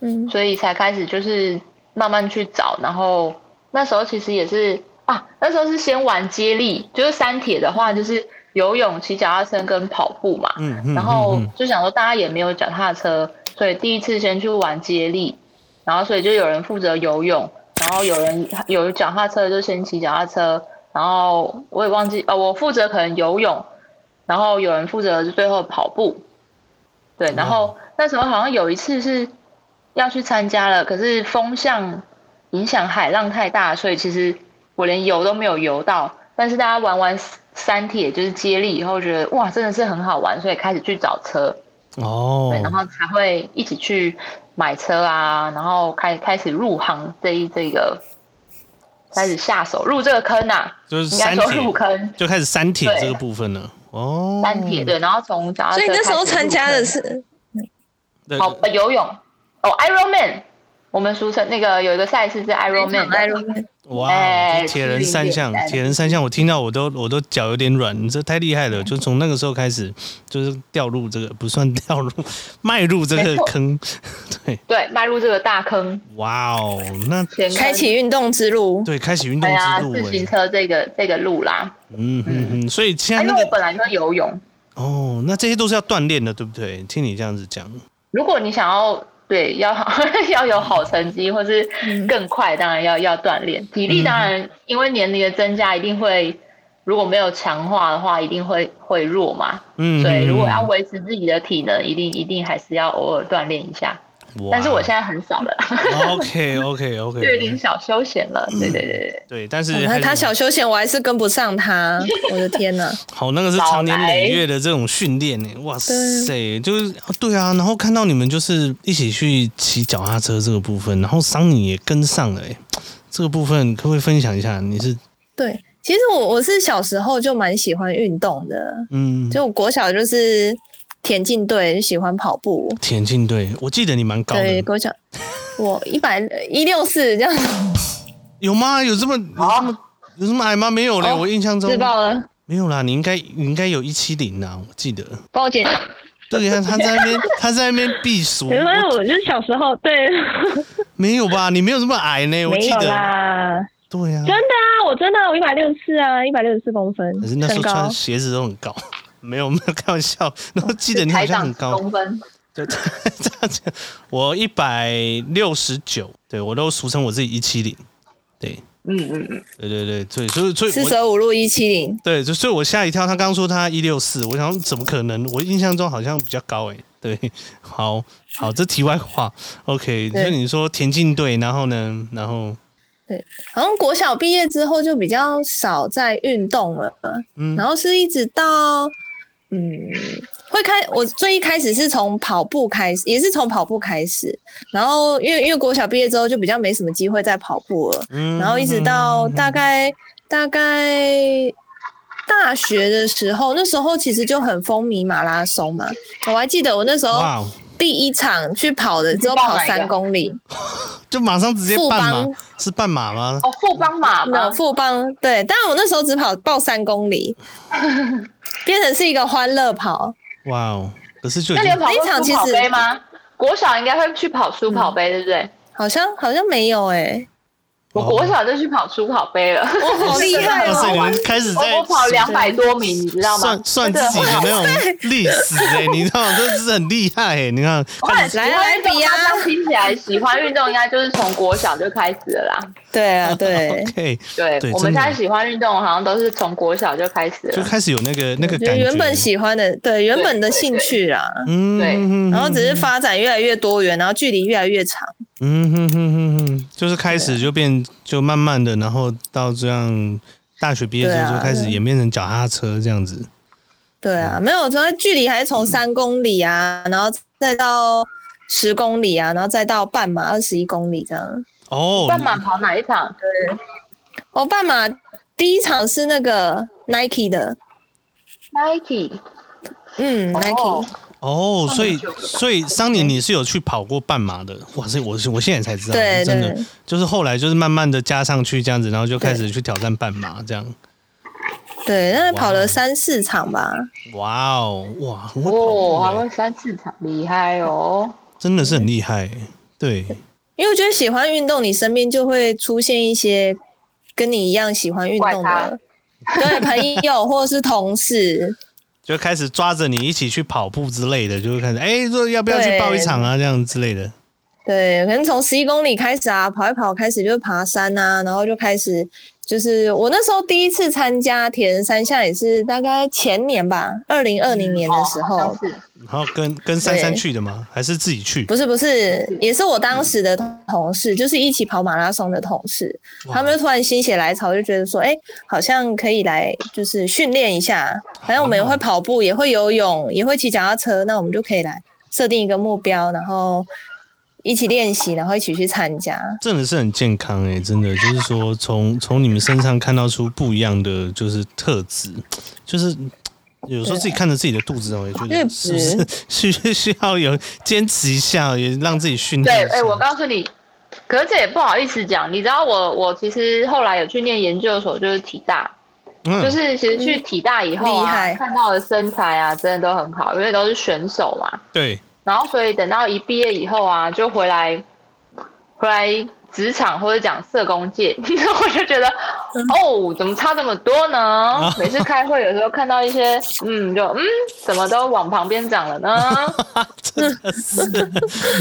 Speaker 1: 嗯，
Speaker 2: 所以才开始就是慢慢去找，然后那时候其实也是啊，那时候是先玩接力，就是山铁的话就是游泳、骑脚踏车跟跑步嘛，
Speaker 3: 嗯嗯，
Speaker 2: 然后
Speaker 3: 嗯嗯
Speaker 2: 就想说大家也没有脚踏车，所以第一次先去玩接力，然后所以就有人负责游泳，然后有人有脚踏车就先骑脚踏车，然后我也忘记哦，我负责可能游泳，然后有人负责就最后跑步，对，然后那时候好像有一次是要去参加了，可是风向影响海浪太大，所以其实我连游都没有游到。但是大家玩完三铁就是接力以后，觉得哇真的是很好玩，所以开始去找车，
Speaker 3: 哦
Speaker 2: 对，，然后才会一起去买车啊，然后开开始入行这一这个开始下手入这个坑啊，
Speaker 3: 就是
Speaker 2: 应该
Speaker 3: 删
Speaker 2: 说入
Speaker 3: 帖，嗯
Speaker 2: 坑
Speaker 3: 就开始删帖
Speaker 2: 对
Speaker 3: 这个部分了。哦，
Speaker 2: 三铁对，然后从脚踏车
Speaker 1: 所以那时候
Speaker 2: 开始入
Speaker 1: 参加
Speaker 2: 坑
Speaker 1: 的是
Speaker 3: 对，
Speaker 2: 好、呃游泳哦，Iron Man，我们俗称那个有一个赛事是 Iron Man，的
Speaker 1: Iron Man
Speaker 3: 哇，
Speaker 2: 哎
Speaker 3: 这铁人三项
Speaker 2: 去练，
Speaker 3: 铁人三项，我听到我都我都脚有点软，你这太厉害了！就从那个时候开始，就是掉入这个不算 掉入，迈入这
Speaker 2: 没
Speaker 3: 个
Speaker 2: 错
Speaker 3: 坑。 对，
Speaker 2: 对，迈入这个大坑，
Speaker 3: 哇哦，那
Speaker 2: 前
Speaker 1: 开启运动之路，
Speaker 3: 对开启运动
Speaker 2: 对啊
Speaker 3: 之路
Speaker 2: 自
Speaker 3: 哎、
Speaker 2: 行车哎这个这个路啦，啊
Speaker 3: 嗯嗯嗯，所以现在
Speaker 2: 因
Speaker 3: 那
Speaker 2: 为我
Speaker 3: 个
Speaker 2: 本来就会游泳，
Speaker 3: 哦，那这些都是要锻炼的，对不对？听你这样子讲，
Speaker 2: 如果你想要对要 要有好成绩或是
Speaker 1: 嗯
Speaker 2: 更快，当然要要锻炼体力，当然因为年龄的增加一定会。如果没有强化的话，一定会会弱嘛。
Speaker 3: 嗯，
Speaker 2: 所以如果要
Speaker 3: 嗯
Speaker 2: 维持自己的体能，一定一定还是要偶尔锻炼一下。
Speaker 3: 哇
Speaker 2: 但是我现在很少了。
Speaker 3: OK OK
Speaker 2: 就有点
Speaker 3: OK，
Speaker 2: 小休闲了。
Speaker 3: 嗯
Speaker 2: 对对对对，
Speaker 3: 对，但是
Speaker 1: 哦
Speaker 3: 还
Speaker 1: 他
Speaker 3: 是
Speaker 1: 他小休闲我还是跟不上他， 我的天呐！
Speaker 3: 好，那个是长年累月的这种训练呢，欸哇塞，就是对啊，然后看到你们就是一起去骑脚踏车这个部分，然后桑尼也跟上了，哎，这个部分可不可以分享一下？你是
Speaker 1: 对，其实我我是小时候就蛮喜欢运动的，
Speaker 3: 嗯，
Speaker 1: 就我国小就是田径队，就喜欢跑步。
Speaker 3: 田径队，我记得你蛮高
Speaker 1: 对，
Speaker 3: 的，
Speaker 1: 国小我一百一六四这样子
Speaker 3: 有吗？有这么有这么有这么矮吗？没有嘞，
Speaker 4: 哦
Speaker 3: 我印象中
Speaker 4: 自爆了，
Speaker 3: 没有啦，你应该你应该有一七零啦，我记得。
Speaker 4: 帮我剪。
Speaker 3: 对呀，他在那边他在那边 避暑，
Speaker 4: 原来我就是小时候对，
Speaker 3: 没有吧？你没有这么矮呢，我
Speaker 4: 没
Speaker 3: 记
Speaker 4: 有
Speaker 3: 得。
Speaker 4: 啦，
Speaker 3: 对呀、
Speaker 4: 真的啊，我真的我一百六四啊，一百六十四公分
Speaker 3: 可是那时
Speaker 4: 身
Speaker 3: 候
Speaker 4: 高
Speaker 3: 穿，鞋子都很高，没有没有开玩笑。然
Speaker 1: 哦
Speaker 3: 后记得你好
Speaker 2: 台
Speaker 3: 像
Speaker 2: 长
Speaker 3: 很
Speaker 2: 十
Speaker 3: 高，
Speaker 2: 公分，
Speaker 3: 对， 这样讲，我一百六十九，对我都俗称我自己一七零，对，
Speaker 2: 嗯嗯嗯，
Speaker 3: 对对对，对，所以所以
Speaker 1: 四
Speaker 3: 我
Speaker 1: 舍五入一七零，
Speaker 3: 对，就所以我吓一跳，他刚刚说他一六四，我想怎么可能？我印象中好像比较高诶、对，好好，这题外话，OK。所
Speaker 1: 对
Speaker 3: 以你说田径队，然后呢，然后
Speaker 1: 好像国小毕业之后就比较少在运动了，
Speaker 3: 嗯
Speaker 1: 然后是一直到嗯，会开我最一开始是从跑步开始，也是从跑步开始，然后因为因为国小毕业之后就比较没什么机会再跑步了，
Speaker 3: 嗯，
Speaker 1: 然后一直到大概大概大学的时候，那时候其实就很风靡马拉松嘛，我还记得我那时候
Speaker 3: 哇哦，
Speaker 1: 第一场去跑的只有跑三公里，
Speaker 3: 就马上直接
Speaker 1: 富
Speaker 3: 半马
Speaker 1: 邦，
Speaker 3: 是半马吗？
Speaker 2: 哦，富邦马
Speaker 1: 那
Speaker 2: 嘛，
Speaker 1: 富邦对，但我那时候只跑报三公 里，变成是一个欢乐跑。
Speaker 3: 哇哦，可是就已
Speaker 2: 那你
Speaker 3: 经
Speaker 2: 有跑过
Speaker 1: 那一场
Speaker 2: 书
Speaker 1: 其实
Speaker 2: 跑杯吗？国小应该会去跑书跑杯，对不
Speaker 3: 嗯
Speaker 2: 对？
Speaker 1: 好像好像没有哎、
Speaker 2: 我国小就去跑书跑杯了，
Speaker 1: 我好厉害
Speaker 3: 哇塞，你
Speaker 1: 哦！
Speaker 3: 们开始
Speaker 2: 我
Speaker 3: 在
Speaker 2: 我跑两百多米，你知道吗
Speaker 3: 嗯算？算自己的那种历史哎、你知道吗？这是很厉害哎、你看
Speaker 2: 我很喜欢
Speaker 1: 来来
Speaker 2: 运动
Speaker 1: 比啊
Speaker 2: 大家听起来喜欢运动，应该就是从国小就开始了啦。
Speaker 1: 对啊， 对，
Speaker 3: ，OK，
Speaker 2: 对
Speaker 3: 对，
Speaker 2: 我们
Speaker 3: 真的
Speaker 2: 现在喜欢运动，好像都是从国小就开始
Speaker 3: 就
Speaker 2: 了。
Speaker 3: 开始有那个那个
Speaker 1: 就
Speaker 3: 感觉，
Speaker 1: 原本喜欢的，对原本的兴趣啊，
Speaker 3: 嗯，
Speaker 2: 对
Speaker 3: 嗯
Speaker 1: 然后只是，发展越来越多元，然后距离越来越长。
Speaker 3: 嗯哼哼哼哼，就是开始就变，就慢慢的，然后到这样。大学毕业之
Speaker 1: 对
Speaker 3: 后
Speaker 1: 啊
Speaker 3: 就开始演变成脚踏车这样子，
Speaker 1: 对啊，
Speaker 3: 嗯
Speaker 1: 没有，主要距离还是从三公里啊，然后再到十公里啊，然后再到半马二十一公里这样。
Speaker 3: 哦，
Speaker 2: 半马跑哪一场？
Speaker 1: 我哦半马第一场是那个 Nike 的，
Speaker 2: Nike，
Speaker 1: 嗯，Nike，、
Speaker 2: 哦
Speaker 3: 哦，所以
Speaker 2: 九个吧
Speaker 3: 所以桑尼你是有去跑过半马的，哇塞！我是我现在才知道，
Speaker 1: 对
Speaker 3: 真的
Speaker 1: 对
Speaker 3: 就是后来就是慢慢的加上去这样子，然后就开始去挑战半马这样。
Speaker 1: 对，那跑
Speaker 3: 哇
Speaker 1: 了三四场吧，
Speaker 3: 哇哦，哇，很会跑步
Speaker 2: 哦，
Speaker 3: 欸
Speaker 2: 还会三四场，厉害哦！
Speaker 3: 真的是很厉害欸、对，
Speaker 1: 因为我觉得喜欢运动，你身边就会出现一些跟你一样喜欢运动的，对朋友或是同事，
Speaker 3: 就开始抓着你一起去跑步之类的，就会开始哎，说、要不要去
Speaker 1: 对
Speaker 3: 报一场啊，这样之类的。
Speaker 1: 对，可能从十一公里开始啊，跑一跑开始就爬山啊，然后就开始就是我那时候第一次参加铁人三项也是大概前年吧，二零二零年的时候，
Speaker 2: 哦好像是
Speaker 3: 然后跟跟珊珊
Speaker 1: 对
Speaker 3: 去的吗？还是自己去？
Speaker 1: 不是不是，也是我当时的同事，就是一起跑马拉松的同事，
Speaker 3: 哇
Speaker 1: 他们就突然心血来潮，就觉得说，哎、好像可以来就是训练一下，反正我们也会跑步，也会游泳，也会骑脚踏车，那我们就可以来设定一个目标，然后一起练习，然后一起去参加。
Speaker 3: 真的是很健康哎、真的就是说从从你们身上看到出不一样的就是特质，就是有时候自己看着自己的肚子哦，也觉
Speaker 1: 确
Speaker 3: 得是不是需需需要有坚持一下，也让自己训
Speaker 2: 对
Speaker 3: 练一，下。
Speaker 2: 哎、我告诉你，可是这也不好意思讲，你知道我我其实后来有去念研究所，就是体大，
Speaker 3: 嗯
Speaker 2: 就是其实去体大以后
Speaker 1: 厉
Speaker 2: 啊，
Speaker 1: 害
Speaker 2: 看到的身材啊，真的都很好，因为都是选手嘛。
Speaker 3: 对
Speaker 2: 然后所以等到一毕业以后啊，就回来回来职场或者讲社工界， 我就觉得哦，怎么差这么多呢？每次开会有时候看到一些，嗯，就嗯，怎么都往旁边长了呢？
Speaker 3: 真的 是，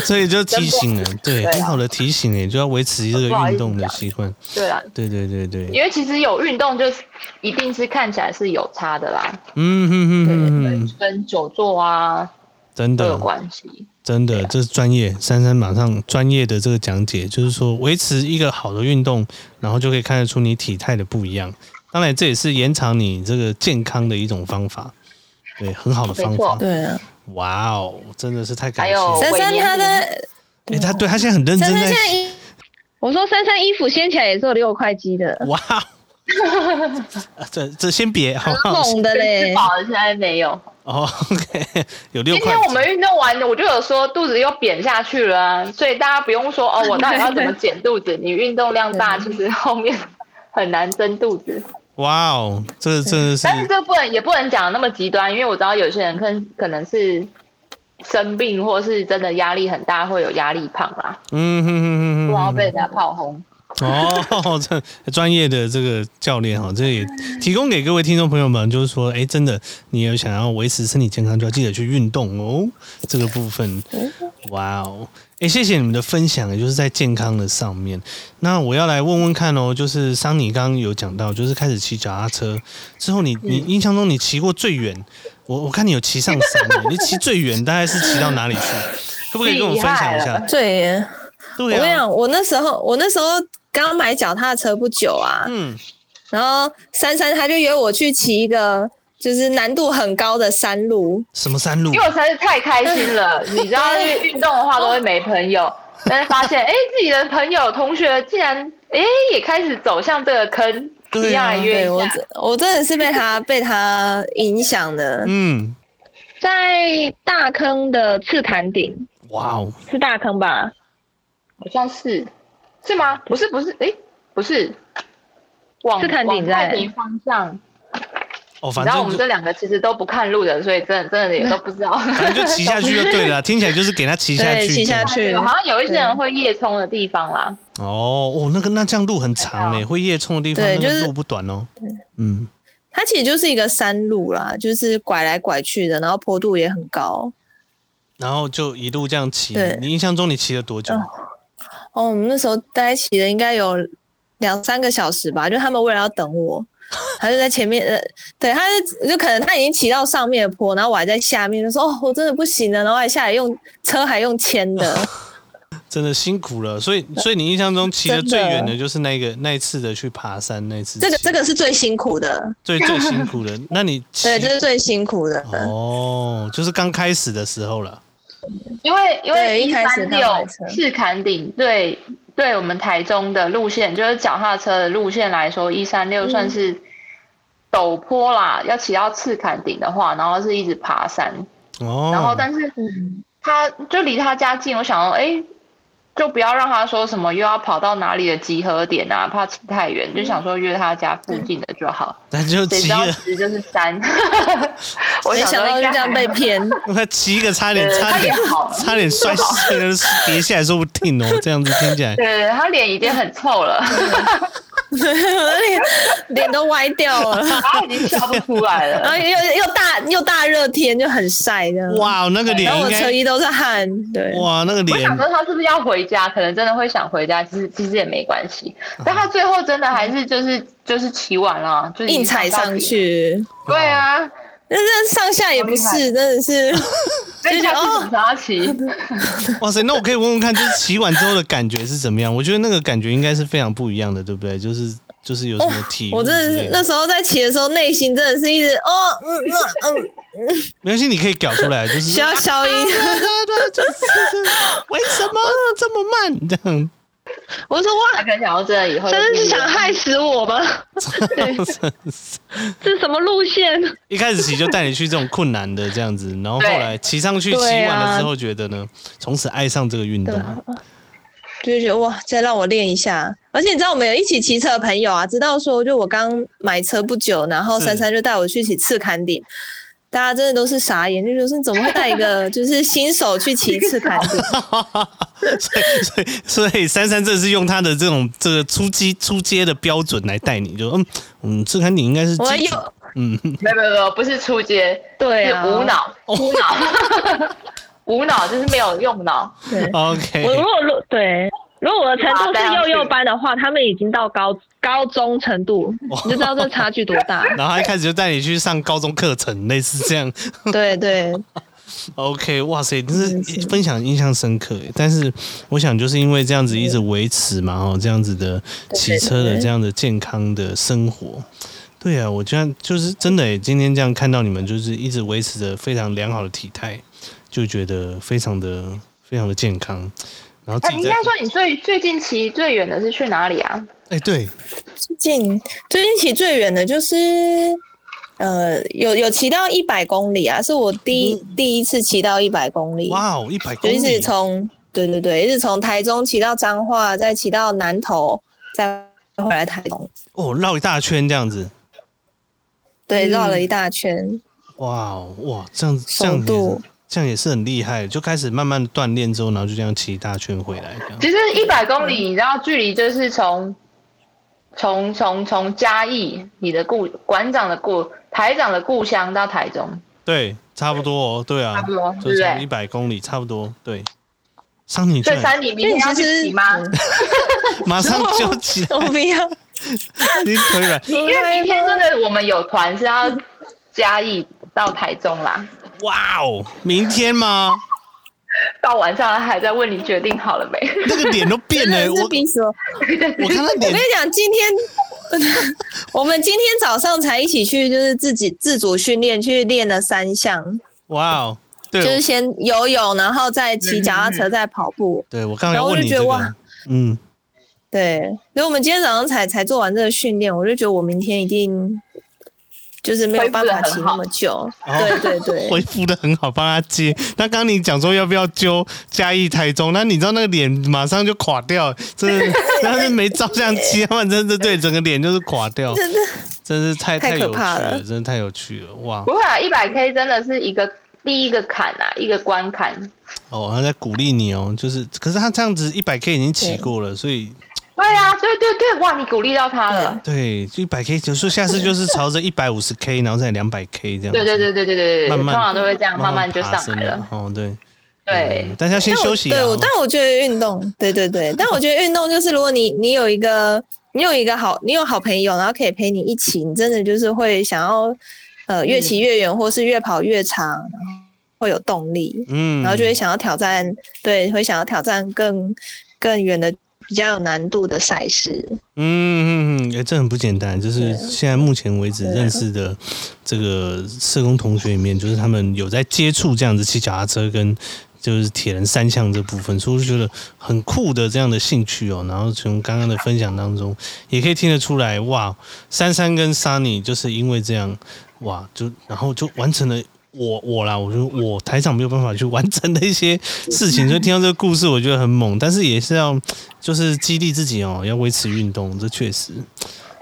Speaker 3: 所以就提醒了，对，
Speaker 2: 对啊
Speaker 3: 很好的提醒哎、就要维持这个
Speaker 2: 不好意思
Speaker 3: 运动的习惯。
Speaker 2: 对啦，
Speaker 3: 对对对对，
Speaker 2: 因为其实有运动就是一定是看起来是有差的啦，
Speaker 3: 嗯哼哼
Speaker 2: 对
Speaker 3: 哼
Speaker 2: 对
Speaker 3: 哼，，
Speaker 2: 跟久坐啊
Speaker 3: 真
Speaker 2: 都有
Speaker 3: 的。
Speaker 2: 关系。
Speaker 3: 真的，
Speaker 2: 啊
Speaker 3: 这是专业。珊珊马上专业的这个讲解，就是说维持一个好的运动，然后就可以看得出你体态的不一样。当然，这也是延长你这个健康的一种方法，对，很好的方
Speaker 2: 没
Speaker 3: 法
Speaker 2: 错。
Speaker 1: 对啊，
Speaker 3: 哇哦，真的是太感
Speaker 2: 还
Speaker 3: 谢
Speaker 2: 有
Speaker 3: 了。
Speaker 1: 珊珊
Speaker 2: 伟业
Speaker 1: 她的
Speaker 3: 哎、他对他现在很认
Speaker 1: 珊
Speaker 3: 真
Speaker 1: 珊
Speaker 3: 在
Speaker 1: 现，在一
Speaker 4: 我说珊珊衣服掀起来也是有六块肌的，
Speaker 3: 哇哦， 啊这这先别好不好？
Speaker 1: 猛的嘞
Speaker 2: 吃，饱了现在没有。
Speaker 3: 哦，OK，有六
Speaker 2: 今
Speaker 3: 块
Speaker 2: 天
Speaker 3: 肌。
Speaker 2: 我们运动完，我就有说肚子又扁下去了啊，所以大家不用说 哦，我到底要怎么减肚子？你运动量大，其实后面很难增肚子。
Speaker 3: 哇哦，这真的是
Speaker 2: 但是这不能也不能讲那么极端，因为我知道有些人可能可能是生病，或是真的压力很大，会有压力胖啊啦，
Speaker 3: 嗯哼哼哼
Speaker 2: 不
Speaker 3: 哼
Speaker 2: 然
Speaker 3: 哼
Speaker 2: 会。被人家炮轰。
Speaker 3: 哦，这专业的这个教练哈，这也提供给各位听众朋友们，就是说，哎，真的，你有想要维持身体健康，就要记得去运动哦。这个部分，哇哦，哎，谢谢你们的分享，也就是在健康的上面。那我要来问问看哦，就是桑尼刚刚有讲到，就是开始骑脚踏车之后你，你印象中你骑过最远，我我看你有骑上山耶，你骑最远大概是骑到哪里去？可不可以跟我分享一
Speaker 2: 厉害
Speaker 3: 下
Speaker 2: 了？
Speaker 1: 对耶，
Speaker 3: 对
Speaker 1: 嗯我
Speaker 3: 啊，
Speaker 1: 跟你讲，我那时候我那时候刚买脚踏车不久啊，
Speaker 3: 嗯，
Speaker 1: 然后珊珊她就约我去骑一个就是难度很高的山路，
Speaker 3: 什么山路
Speaker 2: 因？为我实在是太开心了，你知道，运动的话都会没朋 友，但是发现哎、诶自己的朋友同学竟然哎、诶也开始走向这个坑，
Speaker 3: 对啊
Speaker 2: 一样来约
Speaker 1: 对
Speaker 2: 一
Speaker 1: 我
Speaker 2: 下。
Speaker 1: 真我真的是被她被她影响的。
Speaker 3: 嗯。
Speaker 4: 在大坑的赤潭顶
Speaker 3: 哇哦，
Speaker 4: 是大坑吧？
Speaker 2: 好像是，是吗？不是，不是，哎、不是，往
Speaker 4: 是看
Speaker 2: 往
Speaker 4: 顶在
Speaker 2: 太平方向。
Speaker 3: 哦，反
Speaker 2: 然后我
Speaker 3: 正
Speaker 2: 们
Speaker 3: 就
Speaker 2: 这两个其实都不看路人，所以真的真的也都不知道。
Speaker 3: 反 正就骑下去就对了，啊听起来就是给他骑下去。
Speaker 1: 对骑下去
Speaker 2: 对好像有一些人会夜冲的地方啦，
Speaker 3: 哦哦，那个那这样路很长嘞，会夜冲的地方，
Speaker 1: 对
Speaker 3: 那
Speaker 1: 就
Speaker 3: 个
Speaker 1: 是
Speaker 3: 路不短哦。嗯，
Speaker 1: 它其实就是一个山路啦，就是拐来拐去的，然后坡度也很高。
Speaker 3: 然后就一路这样骑
Speaker 1: 对。
Speaker 3: 你印象中你骑了多久？
Speaker 1: 哦，我们那时候大概骑的应该有两三个小时吧，就他们为了要等 我，他就在前面，呃，对，他就就可能他已经骑到上面的坡，然后我还在下面，就说哦，我真的不行了，然后还下来用车还用牵 的，
Speaker 3: 真的辛苦了。所以所以你印象中骑的
Speaker 1: 真的
Speaker 3: 最远的就是那个那一次的去爬山那一次骑，
Speaker 1: 这个这个是最辛苦的，
Speaker 3: 最最辛苦的。那你骑
Speaker 1: 对，这是最辛苦的。
Speaker 3: 哦，就是刚开始的时候了。
Speaker 2: 因为因为
Speaker 1: 对一开始他
Speaker 2: 136
Speaker 1: 们车
Speaker 2: 赤坎顶对对我们台中的路线，就是脚踏车的路线来说，一三六算是陡坡啦。要骑到赤坎顶的话，然后是一直爬山，
Speaker 3: 哦，
Speaker 1: 嗯
Speaker 2: 然后但是他就离他家近，我想说，哎，就不要让他说什么又要跑到哪里的集合点啊，怕吃太远，就想说约他家附近的就
Speaker 1: 嗯
Speaker 2: 好。
Speaker 3: 那就
Speaker 2: 谁
Speaker 3: 七
Speaker 2: 知道
Speaker 3: 个，
Speaker 2: 其实就是 山，我
Speaker 1: 没想
Speaker 2: 说
Speaker 1: 到
Speaker 2: 应
Speaker 1: 就
Speaker 2: 该
Speaker 1: 这样被骗，
Speaker 3: 那七个差点
Speaker 2: 对
Speaker 3: 差点
Speaker 2: 差点好
Speaker 3: 差点摔碎了，跌下来说不定哦。这样子听起来，
Speaker 2: 对，他脸已经很臭 了，
Speaker 1: 脸脸都歪掉了，
Speaker 2: 他已经笑不出来
Speaker 1: 然后
Speaker 2: 了。
Speaker 1: 又又大又大热天就很晒这样，
Speaker 3: 哇，那个
Speaker 1: 然
Speaker 3: 脸
Speaker 1: 后
Speaker 3: 应
Speaker 1: 我车
Speaker 3: 该
Speaker 1: 衣都是汗，对，
Speaker 3: 哇，那个
Speaker 2: 我
Speaker 3: 脸
Speaker 2: 想说他是不是要回家？可能真的会想回家，其实其实也没关系。
Speaker 1: 嗯
Speaker 2: 但他最后真的还是就是就是骑完了，就是
Speaker 1: 硬踩上。 去，哦
Speaker 2: 对啊，
Speaker 1: 那这上下也不是，真的是，
Speaker 2: 所以
Speaker 1: 就觉得
Speaker 2: 他是
Speaker 1: 哦
Speaker 2: 警 察骑。
Speaker 3: 哇塞，那我可以问问看，就是洗完之后的感觉是怎么样？我觉得那个感觉应该是非常不一样的，对不对？就是就是有什么体、
Speaker 1: 哦我真的是那时候在骑的时候，内心真的是一直哦，嗯嗯嗯，
Speaker 3: 没关系，你可以搞出来，就是
Speaker 1: 需要消音。
Speaker 3: 对对，就是为什么这么慢？这样
Speaker 4: 我说
Speaker 2: 他
Speaker 4: 哇，
Speaker 2: 可能想到这以后就
Speaker 4: 真的是想害死我吗？对，这什么路线？
Speaker 3: 一开始骑就带你去这种困难的这样子，然后后
Speaker 2: 对
Speaker 3: 来骑上去，骑
Speaker 4: 对啊
Speaker 3: 完了之后觉得呢，从此爱上这个运动。
Speaker 1: 就是觉得哇，再让我练一下。而且你知道，我们有一起骑车的朋友啊，知道说，就我刚买车不久，然后
Speaker 3: 是
Speaker 1: 珊珊就带我去骑赤坎顶，大家真的都是傻眼，就觉得说你怎么会带一个就是新手去骑赤坎 顶？
Speaker 3: 所以所以所以珊珊这是用她的这种这个出击出街的标准来带你，就嗯嗯，这看你应该是
Speaker 1: 我
Speaker 3: 基础
Speaker 1: 有
Speaker 3: 嗯。
Speaker 2: 没有没有没有，不是出街，
Speaker 1: 对
Speaker 2: 是
Speaker 1: 啊，
Speaker 2: 无脑
Speaker 3: 哦
Speaker 2: 无脑 无脑，就是没有用脑。
Speaker 4: 对，
Speaker 3: OK，
Speaker 4: 我如果如对，如果我的程度是幼幼班的话，他们已经到高高中程度，你就知道这差距多大。
Speaker 3: 然后他一开始就带你去上高中课程，类似这样。
Speaker 1: 对对，
Speaker 3: OK，哇塞，真是分享印象深刻耶。但是我想，就是因为这样子一直维持嘛，哦，这样子的骑车的这样的健康的生活。对啊，我居然就是真的耶，欸今天这样看到你们，就是一直维持着非常良好的体态，就觉得非常的非常的健康。然后
Speaker 2: 哎，
Speaker 3: 自己
Speaker 2: 应
Speaker 3: 在
Speaker 2: 该说你最最近骑最远的是去哪里啊？
Speaker 3: 哎、对，
Speaker 1: 最近最近骑最远的就是。呃，有有骑到一百公里啊，是我第一、
Speaker 4: 嗯
Speaker 1: 第一次骑到一百公里，
Speaker 3: 哇哦，一百
Speaker 1: 就
Speaker 3: 公
Speaker 1: 一直
Speaker 3: 里，
Speaker 1: 从对对对，一直从台中骑到彰化，再骑到南投，再回来台中，
Speaker 3: 哦，绕一大圈这样子，
Speaker 1: 对，
Speaker 4: 嗯
Speaker 1: 绕了一大圈。
Speaker 3: 哇哦，哇，这样这样
Speaker 1: 首
Speaker 3: 也是
Speaker 1: 度
Speaker 3: 这样也是很厉害，就开始慢慢地锻炼之后，然后就这样骑一大圈回来，这样
Speaker 2: 其实一百公里，你知道距离就是从从从从嘉义你的故馆长的故台长的故乡到台中，
Speaker 3: 对，差不多哦，对啊，
Speaker 2: 差不多
Speaker 3: 就
Speaker 2: 对不
Speaker 3: 从
Speaker 2: 对
Speaker 3: 一百公里差不多，对。上你居
Speaker 2: 所以
Speaker 3: 然
Speaker 2: 三你明天要去骑吗？
Speaker 3: 马上就起 来
Speaker 1: 我，不要，
Speaker 3: 你腿软，
Speaker 2: 因为明天真的我们有团是要嘉义到台中啦，
Speaker 3: 哇哦！明天吗？
Speaker 2: 到晚上还在问你决定好了没？
Speaker 3: 那个脸都变
Speaker 1: 真
Speaker 3: 了，
Speaker 1: 的
Speaker 3: 我
Speaker 1: 是逼死我！我
Speaker 3: 我看他
Speaker 1: 跟
Speaker 3: 脸
Speaker 1: 你，讲，今天 我们今天早上才一起去，就是自己自主训练，去练了三项，
Speaker 3: 哇哦！对，
Speaker 1: 就是
Speaker 3: 我
Speaker 1: 先游泳，然后再骑脚踏车，再跑步。
Speaker 3: 对我刚才
Speaker 1: 然后我
Speaker 3: 问
Speaker 1: 就
Speaker 3: 你
Speaker 1: 觉
Speaker 3: 这
Speaker 1: 得
Speaker 3: 个
Speaker 1: 哇，
Speaker 3: 嗯，
Speaker 1: 对，所以我们今天早上才才做完这个训练，我就觉得我明天一定就是没有办法骑那么久。对对对，
Speaker 3: 恢复的很好，帮他接。那刚刚你讲说要不要揪嘉义、台中，那你知道那个脸马上就垮掉，真的，要是没照相机，他们真的对整个脸就是垮掉，
Speaker 1: 真的
Speaker 3: 真是太
Speaker 1: 太可
Speaker 3: 有趣
Speaker 1: 怕
Speaker 3: 了，
Speaker 1: 了
Speaker 3: 真的太有趣了，哇！
Speaker 2: 不会啊，一百 K 真的是一个第一个坎啊，一个关坎。
Speaker 3: 哦，他在鼓励你哦，就是，可是他这样子一百 K 已经骑过了，所以
Speaker 2: 对啊，对对对，哇，你鼓励到他了。
Speaker 3: 对，就一百 K，就是下次就是朝着一百五十 K，然后再两百 K 这样，
Speaker 2: 对对，对对对对对，
Speaker 3: 慢
Speaker 2: 通
Speaker 3: 慢
Speaker 2: 常都会这样，慢慢
Speaker 3: 慢
Speaker 2: 就
Speaker 3: 爬
Speaker 2: 上
Speaker 3: 升
Speaker 2: 来
Speaker 3: 了
Speaker 2: 了。，
Speaker 3: 哦，对
Speaker 2: 对
Speaker 3: 嗯，但是要先
Speaker 1: 但我
Speaker 3: 休息啊，
Speaker 1: 对，我
Speaker 3: 哦
Speaker 1: 但我觉得运动，对对对，但我觉得运动就是，如果你你有一个你有一个好，你有好朋友，然后可以陪你一起，你真的就是会想要呃越
Speaker 3: 嗯
Speaker 1: 骑越远，或是越跑越长，然后会有动力，
Speaker 3: 嗯，
Speaker 1: 然后就会想要挑战，对，会想要挑战更更远的比较有难度的赛事。
Speaker 3: 嗯嗯嗯，哎、这很不简单。就是现在目前为止认识的这个社工同学里面，就是他们有在接触这样子骑脚踏车跟就是铁人三项这部分，所以我就觉得很酷的这样的兴趣哦。然后从刚刚的分享当中，也可以听得出来，哇，珊珊跟 Sunny 就是因为这样，哇，就然后就完成了我我啦，我就我台长没有办法去完成的一些事情，所以听到这个故事，我觉得很猛，但是也是要就是激励自己哦，要维持运动，这确实，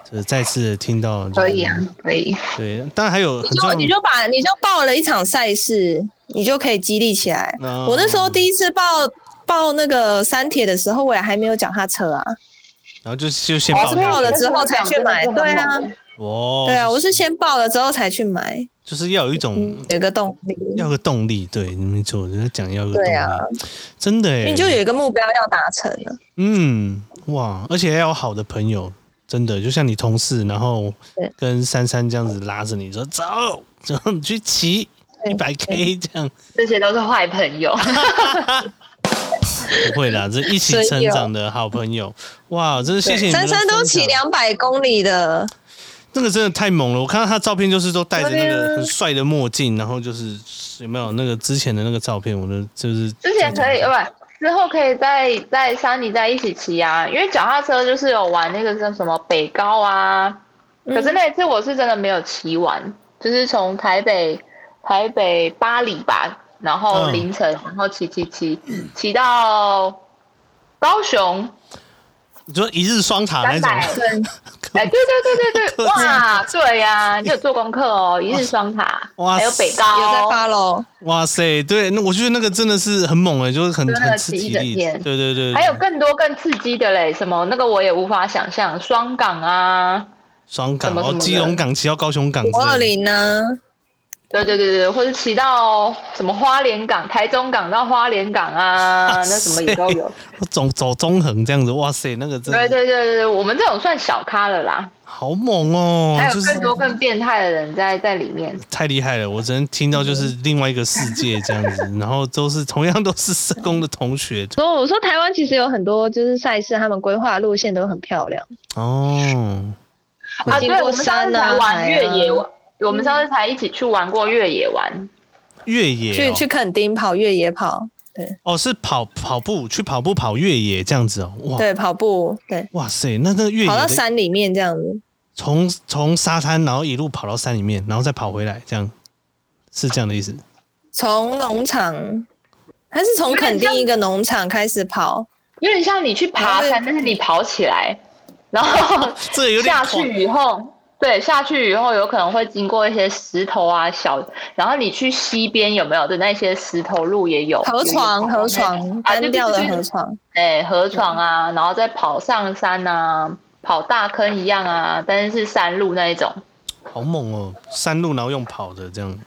Speaker 3: 就是再次听到、
Speaker 2: 可以啊，，可以。
Speaker 3: 对，当然还有很
Speaker 1: 你
Speaker 3: 重
Speaker 1: 就
Speaker 3: 要，
Speaker 1: 你就把你就报了一场赛事，你就可以激励起来。
Speaker 3: 嗯
Speaker 1: 我那时候第一次报报那个三铁的时候，我也还没有脚踏车啊，
Speaker 3: 然后就就先
Speaker 2: 哦
Speaker 3: 报
Speaker 2: 是
Speaker 3: 名
Speaker 2: 报
Speaker 1: 报了之后才去买。
Speaker 2: 真的
Speaker 1: 对
Speaker 2: 是很
Speaker 1: 啊
Speaker 2: 猛，
Speaker 3: 哦，
Speaker 1: 对啊，我是先报了之后才去买，
Speaker 3: 就是要有一种
Speaker 1: 嗯，有一个动力，
Speaker 3: 要个动力，对，没错，我在讲要个动力，
Speaker 1: 对啊
Speaker 3: 真的
Speaker 1: 因
Speaker 3: 哎，
Speaker 1: 为你就有一个目标要达成了。
Speaker 3: 嗯，哇，而且要有好的朋友，真的就像你同事，然后
Speaker 1: 对
Speaker 3: 跟珊珊这样子拉着你说走，然后你去骑一
Speaker 1: 对
Speaker 3: 百 K 这样，
Speaker 2: 这些都是坏朋友，
Speaker 3: 不会啦，这一起
Speaker 1: 所以有
Speaker 3: 成长的好朋友，哇，真的谢谢你
Speaker 1: 珊
Speaker 3: 们的
Speaker 1: 珊都
Speaker 3: 分享
Speaker 1: 骑，两百公里的，
Speaker 3: 那个真的太猛了，我看到他照片就是都戴着那
Speaker 1: 对
Speaker 3: 个
Speaker 1: 啊
Speaker 3: 很帅的墨镜，然后就是有没有那个之前的那个照片，我的就是
Speaker 2: 之前可以，呃不，之后可以再在山里在一起骑啊，因为脚踏车就是有玩那个叫什么北高啊，可是那一次我是真的没有骑完，就是从台北台北巴黎吧，然后
Speaker 3: 嗯
Speaker 2: 凌晨，然后骑骑骑骑到高雄
Speaker 3: 你说一日双塔那
Speaker 2: 三百
Speaker 3: 种，。
Speaker 2: 哎，对对对对对，哇，对呀、你有做功课哦，一日双塔，
Speaker 3: 哇
Speaker 2: 还有北
Speaker 1: 有在
Speaker 2: 高，
Speaker 1: follow，
Speaker 3: 哇塞，对，那我觉得那个真的是很猛哎、就是很
Speaker 2: 对那个
Speaker 3: 很吃
Speaker 2: 骑一
Speaker 3: 体
Speaker 2: 整
Speaker 3: 力，对
Speaker 2: 天
Speaker 3: 对对对，
Speaker 2: 还有更多更刺激的嘞，什么那个我也无法想象，双港啊，
Speaker 3: 双港
Speaker 2: 什么什
Speaker 3: 哦，
Speaker 2: 么的
Speaker 3: 基隆港骑到高雄港之类
Speaker 1: 五
Speaker 3: 的，
Speaker 1: 二零呢？
Speaker 2: 对对对对，或者骑到什么花莲港、台中港到花莲港啊，
Speaker 3: 哇
Speaker 2: 那
Speaker 3: 塞
Speaker 2: 什么也都有。
Speaker 3: 走走中横这样子，哇塞，那个真
Speaker 2: 对
Speaker 3: 的
Speaker 2: 对对对，对我们这种算小咖了啦，
Speaker 3: 好猛哦
Speaker 2: 还，有
Speaker 3: 就是
Speaker 2: 更多更变态的人在在里面。
Speaker 3: 太厉害了，我只能听到就是
Speaker 2: 嗯
Speaker 3: 另外一个世界这样子，然后都是同样都是社工的同学
Speaker 4: 所以我说台湾其实有很多就是赛事，他们规划的路线都很漂亮。
Speaker 3: 哦，
Speaker 2: 啊，
Speaker 1: 经
Speaker 2: 对，我
Speaker 1: 过
Speaker 2: 们上
Speaker 1: 山
Speaker 2: 次才
Speaker 1: 啊，
Speaker 2: 玩越野
Speaker 1: 海啊
Speaker 2: 玩，嗯我们上次才一起去玩过越野玩。
Speaker 3: 越野
Speaker 1: 去
Speaker 3: 哦
Speaker 1: 去垦丁跑越野跑，
Speaker 3: 哦是跑跑步去跑步跑越野这样子哦，哇
Speaker 1: 对，跑步，对，
Speaker 3: 哇塞，那那个越野
Speaker 1: 跑到
Speaker 3: 的
Speaker 1: 山里面这样子。
Speaker 3: 从从沙滩然后一路跑到山里面，然后再跑回来，这样是这样的意思。
Speaker 1: 从农场，还是从垦丁一个农场开始跑？
Speaker 3: 哦
Speaker 2: 有点像你去爬
Speaker 1: 因为
Speaker 2: 山，但是你跑起来，然后
Speaker 3: 这个有点
Speaker 2: 下
Speaker 3: 恐
Speaker 2: 去以后，对，下去以后有可能会经过一些石头啊小，然后你去西边有没有的那些石头路也有
Speaker 1: 河床，河床，
Speaker 2: 啊，对
Speaker 1: 单调的
Speaker 2: 对对
Speaker 1: 河床，
Speaker 2: 哎、河床啊，然后再跑上山啊，跑大坑一样啊，但是是山路那一种，
Speaker 3: 好猛哦，山路然后用跑的这样。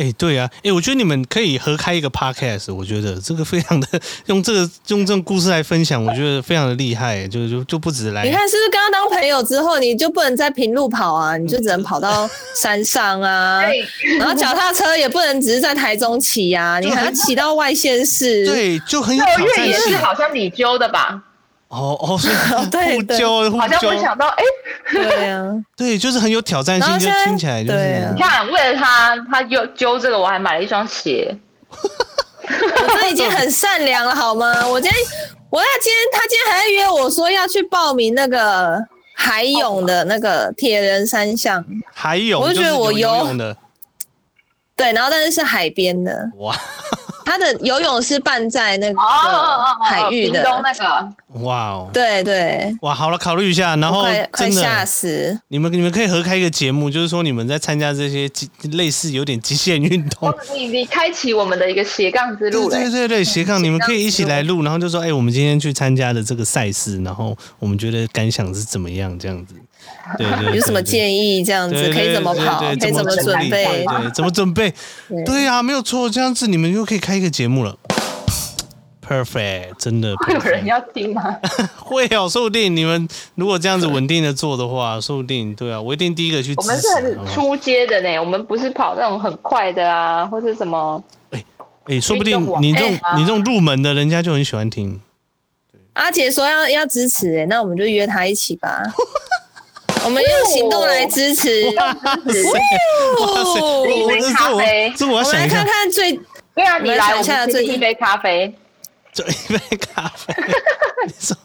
Speaker 3: 哎、对啊，哎、我觉得你们可以合开一个 podcast，我觉得这个非常的用这个用这种故事来分享，我觉得非常的厉害，就就就不止来
Speaker 1: 你看是不是跟他当朋友之后，你就不能在平路跑啊，你就只能跑到山上 啊，
Speaker 2: 对，
Speaker 1: 然后脚踏车也不能只是在台中骑啊，你还要骑到外县市。
Speaker 3: 对，就很有
Speaker 2: 那
Speaker 3: 挑
Speaker 2: 个越
Speaker 3: 战
Speaker 2: 野
Speaker 3: 性
Speaker 2: 是。好像你揪的吧？
Speaker 3: 哦哦，所以
Speaker 1: 对
Speaker 3: 互揪互
Speaker 2: 好像没
Speaker 3: 揪，
Speaker 2: 想到，哎、
Speaker 1: 对啊，
Speaker 3: 对，就是很有挑战
Speaker 1: 然
Speaker 3: 性，
Speaker 1: 后
Speaker 3: 就
Speaker 1: 现在
Speaker 3: 听起来就是
Speaker 1: 对啊
Speaker 2: 你看为了他，他揪揪这个，我还买了一双鞋。
Speaker 1: 我这已经很善良了好吗？我今天，我要今天，他今天还在约我说要去报名那个海泳的那个铁人三项，
Speaker 3: 还有，
Speaker 1: 我就觉得我
Speaker 3: 是有
Speaker 1: 有
Speaker 3: 游泳的，
Speaker 1: 对，然后但是是海边的，
Speaker 3: 哇
Speaker 1: 他的游泳是办在那个
Speaker 2: 哦哦哦哦，
Speaker 1: 海域
Speaker 2: 屏
Speaker 1: 的，
Speaker 2: 东那个，
Speaker 3: 哇哦，
Speaker 1: 对对，
Speaker 3: 哇，好了，考虑一下，然后
Speaker 1: 快快
Speaker 3: 真的
Speaker 1: 吓死！
Speaker 3: 你们你们可以合开一个节目，就是说你们在参加这些极类似有点极限运动
Speaker 2: 哦，你你开启我们的一个斜杠之
Speaker 3: 对
Speaker 2: 路
Speaker 3: 对
Speaker 2: 嘞。
Speaker 3: 对对，斜杠，你们可以一起来录，然后就说，哎、我们今天去参加的这个赛事，然后我们觉得感想是怎么样，这样子。对对对
Speaker 1: 啊 有什么建议？这样
Speaker 3: 对
Speaker 1: 子
Speaker 3: 对
Speaker 1: 可以怎么跑？
Speaker 3: 对对
Speaker 1: 可以
Speaker 3: 怎
Speaker 1: 怎么
Speaker 3: 处理
Speaker 1: 准备？
Speaker 3: 对对，怎么 准备？对呀、没有错，这样子你们就可以开一个节目了。Perfect，真的
Speaker 2: 会有人
Speaker 3: perfect
Speaker 2: 要听 吗？
Speaker 3: 会哦，说不定你们如果这样子稳定的做的话，说不定对啊，我一定第一个去支
Speaker 2: 我
Speaker 3: 持。啊
Speaker 2: 们是
Speaker 3: 好
Speaker 2: 很
Speaker 3: 不好
Speaker 2: 出街的呢，我们不是跑那种很快的啊，或是什么。
Speaker 3: 哎、说不定
Speaker 2: 运动网
Speaker 3: 你这种、
Speaker 2: 哎
Speaker 3: 你这种入门的，人家就很喜 欢听。
Speaker 1: 阿杰说要要支持、欸，那我们就约他一起 吧。我们用行动来支持。
Speaker 3: 哇塞， 我我
Speaker 2: 一杯
Speaker 3: 这
Speaker 2: 咖
Speaker 3: 我
Speaker 2: 啡
Speaker 3: 这我要
Speaker 1: 我们
Speaker 3: 想
Speaker 1: 来
Speaker 3: 一下
Speaker 1: 看，看最
Speaker 2: 对啊，
Speaker 1: 我
Speaker 2: 你
Speaker 1: 们
Speaker 2: 来，
Speaker 1: 想
Speaker 2: 我
Speaker 1: 一下
Speaker 2: 们
Speaker 1: 最
Speaker 2: 请
Speaker 1: 近
Speaker 2: 你一杯咖啡。
Speaker 3: 就一杯咖啡。 你说，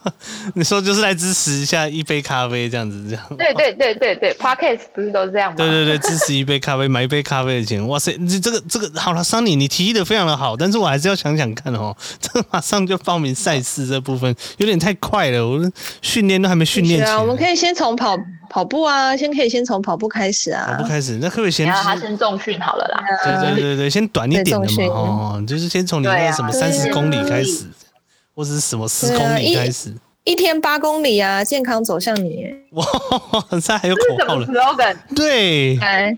Speaker 3: 你说就是来支持一下一杯咖啡这样子，这样。
Speaker 2: 对对对对对，podcast 不是都这样吗？
Speaker 3: 哦 对对对，支持一杯咖啡，买一杯咖啡的钱，哇塞，你这个这个好了，桑尼，你提议的非常的好，但是我还是要想想看哦， 这个马上就报名赛事这部分有点太快了，我训练都还没训练
Speaker 1: 对
Speaker 3: 起来。
Speaker 1: 啊，我们可以先从跑跑步啊，先可以先从跑步开始啊。
Speaker 3: 哦不开始，那可不可以先
Speaker 2: 你要让他
Speaker 3: 就是？
Speaker 2: 先重训好了啦。
Speaker 3: 对对对对，先短一点
Speaker 1: 对重
Speaker 3: 的嘛，
Speaker 1: 训
Speaker 3: 哦，就是先从你那
Speaker 2: 对
Speaker 3: 个
Speaker 2: 啊
Speaker 3: 什么三十公里开始，或者是什么十公里
Speaker 1: 啊对啊一
Speaker 3: 开始，
Speaker 1: 一天八公里啊，健康走向你。欸
Speaker 3: 哇，这还有
Speaker 2: 这是
Speaker 3: 口
Speaker 2: 什
Speaker 3: 号
Speaker 2: 么
Speaker 3: 了，
Speaker 2: slogan？
Speaker 3: 对，
Speaker 4: 哎，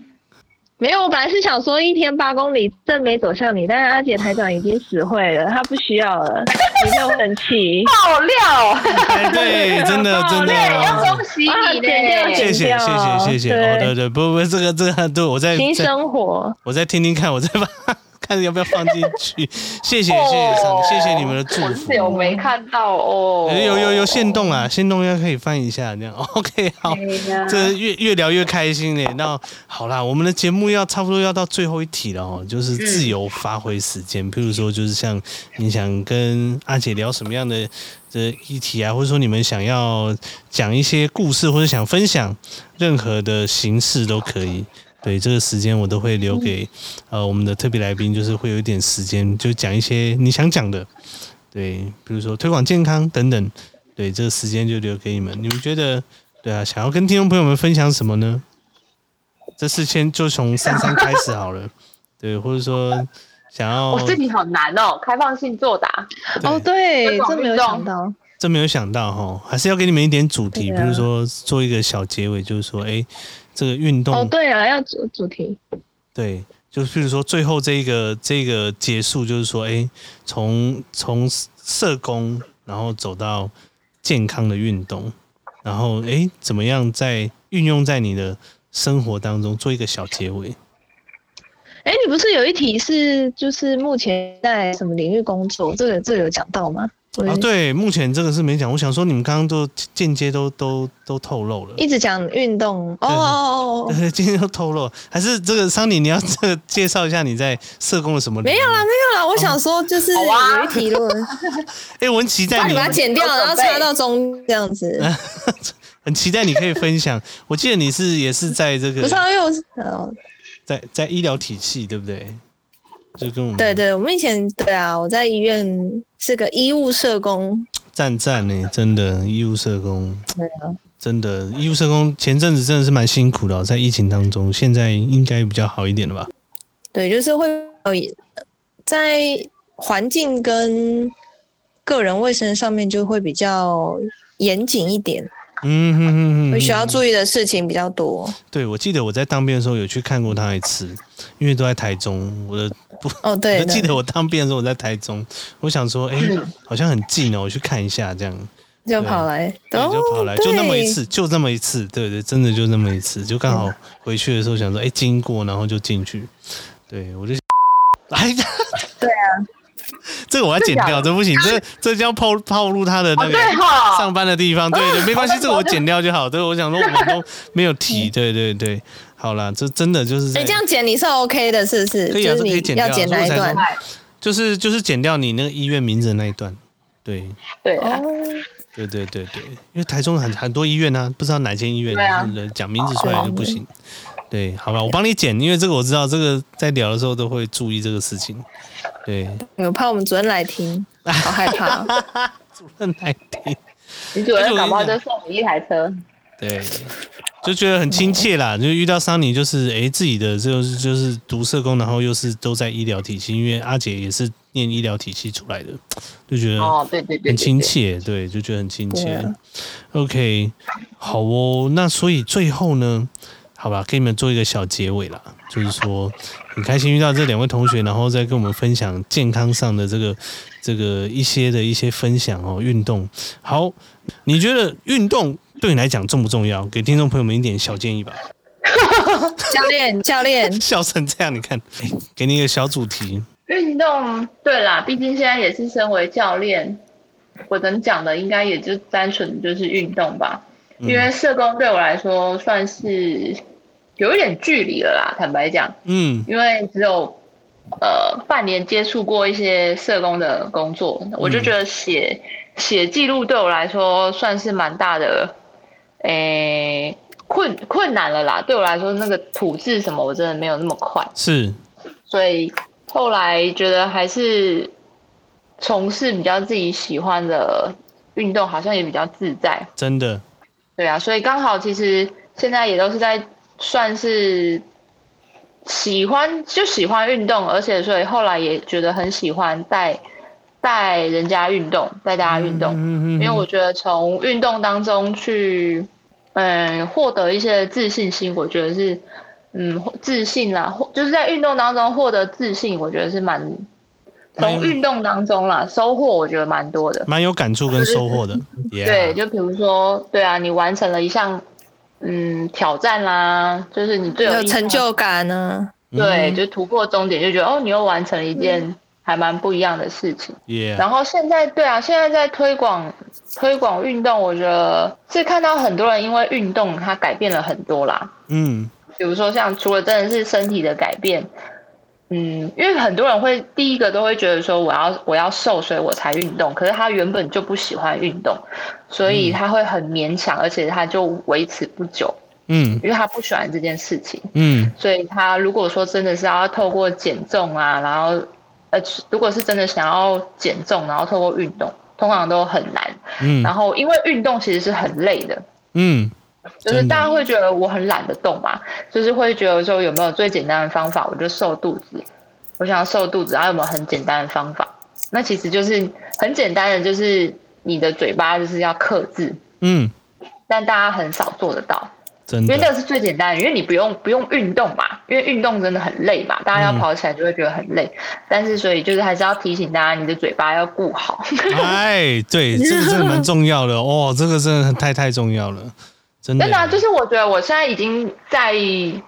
Speaker 4: 没有，我本来是想说一天八公里正没走向你，但是阿姐台长已经死会了，她不需要了，你不要生 气。
Speaker 2: 爆料！
Speaker 3: 哎对，真的真 的。
Speaker 2: 对，要恭喜
Speaker 4: 啊
Speaker 2: 你
Speaker 4: 剪掉
Speaker 2: 嘞！
Speaker 3: 谢谢谢谢谢谢，哦对
Speaker 4: 对
Speaker 3: 对，不不，这个这个，对我在
Speaker 4: 新
Speaker 3: 在
Speaker 4: 生活，
Speaker 3: 我再听听看，我再把 看要不要放进去。谢啊谢谢谢上
Speaker 2: 哦
Speaker 3: 谢谢你们的祝
Speaker 2: 我是。
Speaker 3: 福
Speaker 2: 有没看到哦？
Speaker 3: 哎有有有有限动啊，限动应该可以翻一下这样。OK，好， 这越越聊越开心嘞。那好啦，我们的节目要差不多要到最后一题了哦，就是自由发挥时间。譬如说，就是像你想跟阿姐聊什么样的的议题啊，或者说你们想要讲一些故事，或者想分享任何的形式都可以。对，这个时间我都会留给呃我们的特别来宾，就是会有一点时间，就讲一些你想讲的。对，比如说推广健康等等，对，这个时间就留给你们。你们觉得，对啊，想要跟听众朋友们分享什么呢？这事先就从珊珊开始好了，对，或者说想要
Speaker 2: 我，这题好难哦，开放性作答。
Speaker 1: 哦，
Speaker 3: 对，
Speaker 1: 对
Speaker 2: 推，广
Speaker 1: 这没有
Speaker 2: 运动
Speaker 1: 想到。
Speaker 3: 真没有想到哈，还是要给你们一点主题，
Speaker 4: 对
Speaker 3: 比
Speaker 4: 啊
Speaker 3: 如说做一个小结尾，就是说，哎，这个运动，
Speaker 4: 哦，对啊，要主主题，
Speaker 3: 对，就是譬如说最后这个这个结束，就是说，哎，从从社工，然后走到健康的运动，然后哎，怎么样在运用在你的生活当中做一个小结尾？
Speaker 1: 哎，你不是有一题是就是目前在什么领域工作？这个这个有讲到吗？我
Speaker 3: 啊，对，目前这个是没讲，我想说你们刚刚都间接都都都透露了。
Speaker 1: 一直讲运动。哦哦哦哦，
Speaker 3: 对，今天都透露，还是这个桑尼，你要这个介绍一下你在社工的什么？
Speaker 1: 没有啦，，没有啦。我想说就是
Speaker 2: 好啊
Speaker 1: 有一题 论，
Speaker 3: 哎，我很期待
Speaker 1: 那
Speaker 3: 你
Speaker 1: 你把它剪掉，然后插到中这样子。
Speaker 3: 哎很期待你可以分享。我记得你是也是在这个，
Speaker 1: 不是啊，因为我是呃，
Speaker 3: 在在医疗体系，对不对？就跟我们
Speaker 1: 对对，我们以前对啊，我在医院是个医务社工，
Speaker 3: 赞赞呢，真的医务社工，
Speaker 1: 啊
Speaker 3: 真的医务社工前阵子真的是蛮辛苦的哦、在疫情当中，现在应该比较好一点了吧？
Speaker 1: 对，就是会有一在环境跟个人卫生上面就会比较严谨一点，
Speaker 3: 嗯哼哼
Speaker 1: 会
Speaker 3: 哼，
Speaker 1: 需要注意的事情比较多。
Speaker 3: 对，我记得我在当兵的时候有去看过他一次，因为都在台中，我的不
Speaker 1: 哦，对
Speaker 3: 我 记
Speaker 1: 的，
Speaker 3: 得我当兵的时候我在台中，我想说，哎、 好像很近哦，我去看一下这样。
Speaker 1: 就跑来，
Speaker 3: 对，
Speaker 1: 哦
Speaker 3: 就跑来，就那么一。
Speaker 1: 对嗯
Speaker 3: 次，就那么一次，对对，真的就那么一次，就刚好回去的时候想说，哎，经过，然后就进去，对我就， 哎，对啊，这个我要剪掉，这不行，这这叫抛抛入他的那
Speaker 2: 哦，
Speaker 3: 个
Speaker 2: 对哈，
Speaker 3: 上班的地方，对 对，没关系，这个我剪掉就好，对，我想说我们都没有提，对对对，好啦，这真的就是
Speaker 1: 嗯
Speaker 3: 在
Speaker 1: 哎，这样剪你是 OK 的，是不是？
Speaker 3: 可以
Speaker 1: 就是
Speaker 3: 啊这可以
Speaker 1: 你
Speaker 3: 剪掉
Speaker 1: 要剪哪一
Speaker 3: 所以我才
Speaker 1: 段
Speaker 3: 说？就是就是剪掉你那个医院名字的那一段，对，
Speaker 2: 对 啊，
Speaker 1: 哦，
Speaker 3: 对对对对，因为台中很很多医院呢、不知道哪间医院，
Speaker 2: 对啊哦
Speaker 3: 就是讲名字出来就不行。对，好吧，我帮你剪，因为这个我知道，这个在聊的时候都会注意这个事情。对，
Speaker 1: 我怕我们主任来听，好害怕 哦。
Speaker 3: 主任来听，
Speaker 2: 女主任感冒就送你一台车，
Speaker 3: 对，就觉得很亲切啦。就遇到桑尼，就是诶自己的就是就是读社工，然后又是都在医疗体系，因为阿姐也是念医疗体系出来的，就觉得
Speaker 2: 哦，对对对，对
Speaker 3: 很亲
Speaker 2: 对
Speaker 3: 切，对，就觉得很亲
Speaker 1: 对
Speaker 3: 切
Speaker 1: 啊。
Speaker 3: OK，好哦，那所以最后呢，好吧，给你们做一个小结尾啦，就是说很开心遇到这两位同学，然后再跟我们分享健康上的这个这个一些的一些分享哦，运动。好，你觉得运动对你来讲重不重要？给听众朋友们一点小建议吧。
Speaker 1: 教练，教练，
Speaker 3: 笑成这样，你看，哎给你一个小主题，
Speaker 2: 运动，对啦，毕竟现在也是身为教练，我能讲的应该也就单纯就是运动吧，
Speaker 3: 嗯
Speaker 2: 因为社工对我来说算是有一点距离了啦，坦白讲，
Speaker 3: 嗯
Speaker 2: 因为只有呃半年接触过一些社工的工作，我就觉得写写记录对我来说算是蛮大的，诶、困困难了啦。对我来说，那个吐字什么，我真的没有那么快。
Speaker 3: 是
Speaker 2: 所以后来觉得还是从事比较自己喜欢的运动，好像也比较自在。
Speaker 3: 真的，
Speaker 2: 对啊，所以刚好其实现在也都是在算是喜欢就喜欢运动，而且所以后来也觉得很喜欢带带人家运动，带大家运动，
Speaker 3: 嗯
Speaker 2: 因为我觉得从运动当中去嗯获得一些自信心，我觉得是嗯自信啦，或就是在运动当中获得自信，我觉得是蛮从运动当中啦收获，我觉得蛮多的。
Speaker 3: 蛮有感触跟收获的。
Speaker 2: 对，
Speaker 3: 嗯 Yeah，
Speaker 2: 就比如说，对啊，你完成了一项嗯挑战啦，就是你最有
Speaker 1: 有
Speaker 2: 印象
Speaker 1: 成，就感啊呢、
Speaker 2: 对，
Speaker 3: 嗯
Speaker 2: 就突破终点，就觉得哦，你又完成了一
Speaker 1: 嗯
Speaker 2: 件还蛮不一样的事情。
Speaker 3: ，Yeah，
Speaker 2: 然后现在，对啊，现在在推广推广运动，我觉得是看到很多人因为运动，他改变了很多啦。
Speaker 3: 嗯，
Speaker 2: 比如说像除了真的是身体的改变，嗯，因为很多人会第一个都会觉得说我要我要瘦，所以我才运动。可是他原本就不喜欢运动，所以他会很勉强，而且他就维持不久，
Speaker 3: 嗯，
Speaker 2: 因为他不喜欢这件事情。
Speaker 3: 嗯，
Speaker 2: 所以他如果说真的是要透过减重啊，然后呃，如果是真的想要减重，然后透过运动，通常都很难。然
Speaker 3: 嗯，
Speaker 2: 后因为运动其实是很累的，
Speaker 3: 嗯，
Speaker 2: 就是
Speaker 3: 真的
Speaker 2: 大家会觉得我很懒得动嘛，就是会觉得说有没有最简单的方法，我就瘦肚子，我想要瘦肚子，啊然后有没有很简单的方法？那其实就是很简单的，就是你的嘴巴就是要克制，
Speaker 3: 嗯，
Speaker 2: 但大家很少做得到，
Speaker 3: 真
Speaker 2: 因为那
Speaker 3: 的，
Speaker 2: 个是最简单的，因为你不用不用运动嘛，因为运动真的很累嘛，大家要
Speaker 3: 嗯
Speaker 2: 跑起来就会觉得很累，但是所以就是还是要提醒大家，你的嘴巴要顾好。
Speaker 3: 哎，对，这个真的蛮重要的哦，这个真的太太重要了，真的，
Speaker 2: 真的、啊，就是我觉得我现在已经在，诶、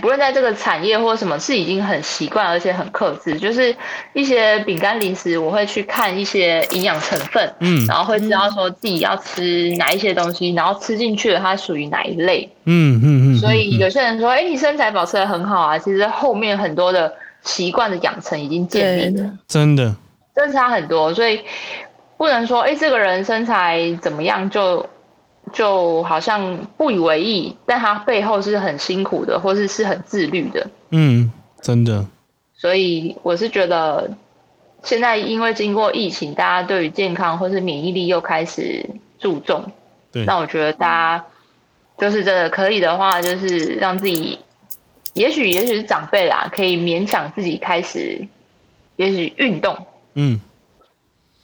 Speaker 2: 不论在这个产业或什么，是已经很习惯，而且很克制。就是一些饼干零食，我会去看一些营养成分，
Speaker 3: 嗯
Speaker 2: 然后会知道说自己要吃哪一些东西，然后吃进去的它属于哪一类。
Speaker 3: 嗯嗯嗯，
Speaker 2: 所以
Speaker 3: 嗯
Speaker 2: 有些人说，哎、你身材保持的很好啊，其实后面很多的习惯的养成已经建立
Speaker 1: 对
Speaker 2: 了。
Speaker 3: 真的，
Speaker 2: 真的差很多，所以不能说哎、诶这个人身材怎么样就就好像不以为意，但他背后是很辛苦的，或是是很自律的。
Speaker 3: 嗯，真的，
Speaker 2: 所以我是觉得，现在因为经过疫情，大家对于健康或是免疫力又开始注重，
Speaker 3: 对，
Speaker 2: 那我觉得大家就是真的可以的话，就是让自己，也许也许是长辈啦，可以勉强自己开始，也许运动，
Speaker 3: 嗯，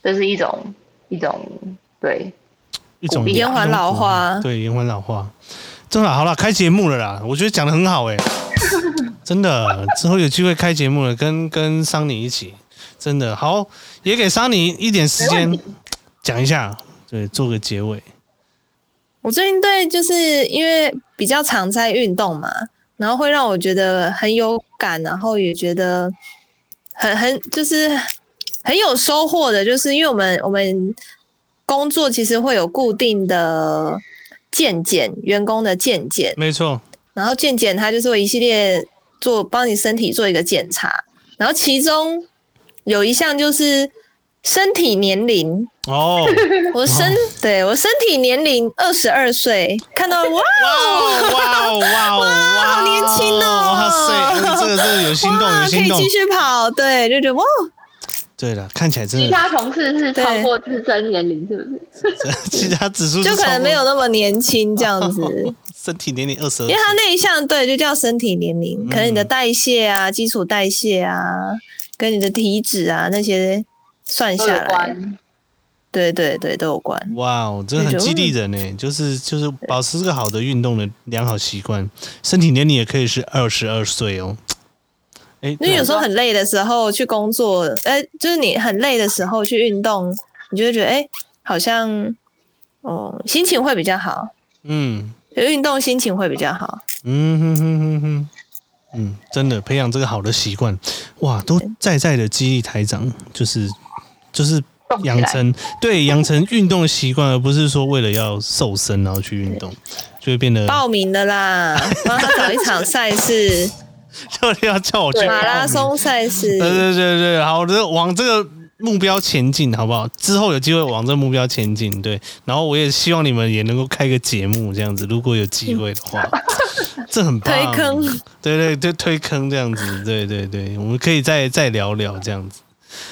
Speaker 2: 这是一种一种对，
Speaker 3: 一种
Speaker 2: 鼓励啊
Speaker 3: 一种
Speaker 1: 延缓老化
Speaker 3: 鼓励对，延缓老化。真的好了，开节目了啦，我觉得讲的很好 哎、真的，之后有机会开节目了，跟跟桑尼一起，真的好，也给桑尼一点时间讲一下，对，做个结尾。
Speaker 1: 我最近对就是因为比较常在运动嘛，然后会让我觉得很有感，然后也觉得很很就是很有收获的，就是因为我们我们工作其实会有固定的健检，员工的健检，
Speaker 3: 没错，
Speaker 1: 然后健检它就是会一系列做帮你身体做一个检查，然后其中有一项就是身体年龄，
Speaker 3: 哦，
Speaker 1: 我身对我身体年龄二十二岁，看 到哇
Speaker 3: 哦哇哇哇哇，
Speaker 1: 好年轻哦
Speaker 3: 哇塞，嗯这个这个有心动，有
Speaker 1: 哇，可
Speaker 3: 心
Speaker 1: 以
Speaker 3: 动
Speaker 1: 继。续跑，对，就觉得哇，
Speaker 3: 对了，看起来真
Speaker 2: 其
Speaker 3: 的，
Speaker 2: 他同事是超过自身年龄，是不是？
Speaker 3: 其他指数是
Speaker 1: 就可
Speaker 3: 超
Speaker 1: 能
Speaker 3: 过
Speaker 1: 没有那么年轻这样 子，
Speaker 3: 身体年龄二十二
Speaker 1: 因为，它那一项对就叫身体年
Speaker 3: 嗯
Speaker 1: 龄，可能你的代谢啊、基础代谢啊，跟你的体脂啊那些算
Speaker 2: 都
Speaker 1: 下
Speaker 2: 有
Speaker 1: 来，
Speaker 2: 关。
Speaker 1: 对对对都有关。
Speaker 3: 哇哦，真的很
Speaker 1: 就觉
Speaker 3: 激
Speaker 1: 得
Speaker 3: 励人呢、就是就是保持这个好的运动的良好习惯，身体年龄也可以是二十二岁哦。哎，
Speaker 1: 因为有时候很累的时候去工作，哎、就是你很累的时候去运动，你就会觉得哎、好像哦心情会比较好，
Speaker 3: 嗯
Speaker 1: 就运动心情会比较好。
Speaker 3: 嗯哼哼哼哼，嗯，真的培养这个好的习惯，哇，都在在的激励台长，就是就是
Speaker 2: 动起来
Speaker 3: 养成对养成运动的习惯，而不是说为了要瘦身然后去运动，就会变得
Speaker 1: 报名的啦，帮他找一场赛事，
Speaker 3: 就是要叫我去
Speaker 1: 马拉松赛事
Speaker 3: 对对对对，好，这往这个目标前进，好不好？之后有机会往这个目标前进，对。然后我也希望你们也能够开个节目这样子，如果有机会的话， 这很棒。
Speaker 1: 推坑，
Speaker 3: 对对对，推坑这样子，对对对，我们可以再再聊聊这样子。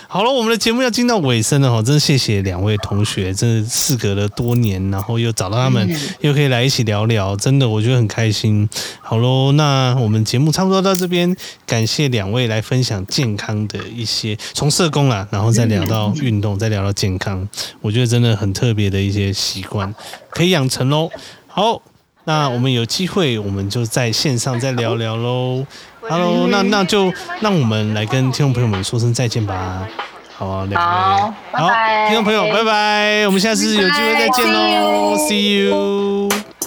Speaker 3: 好了，我们的节目要进到尾声了哈，真的谢谢两位同学，真的事隔了多年，然后又找到他们，
Speaker 1: 嗯
Speaker 3: 又可以来一起聊聊，真的我觉得很开心。好喽，那我们节目差不多到这边，感谢两位来分享健康的一些，从社工啦，然后再聊到运动，再聊到健康，我觉得真的很特别的一些习惯，可以养成喽。好，那我们有机会我们就在线上再聊聊喽。Hello，那那就让我们来跟听众朋友们说声再见吧。好啊，两位，
Speaker 2: 好拜拜
Speaker 3: 听众朋友，拜拜，我们下次有机会再见喽，See you。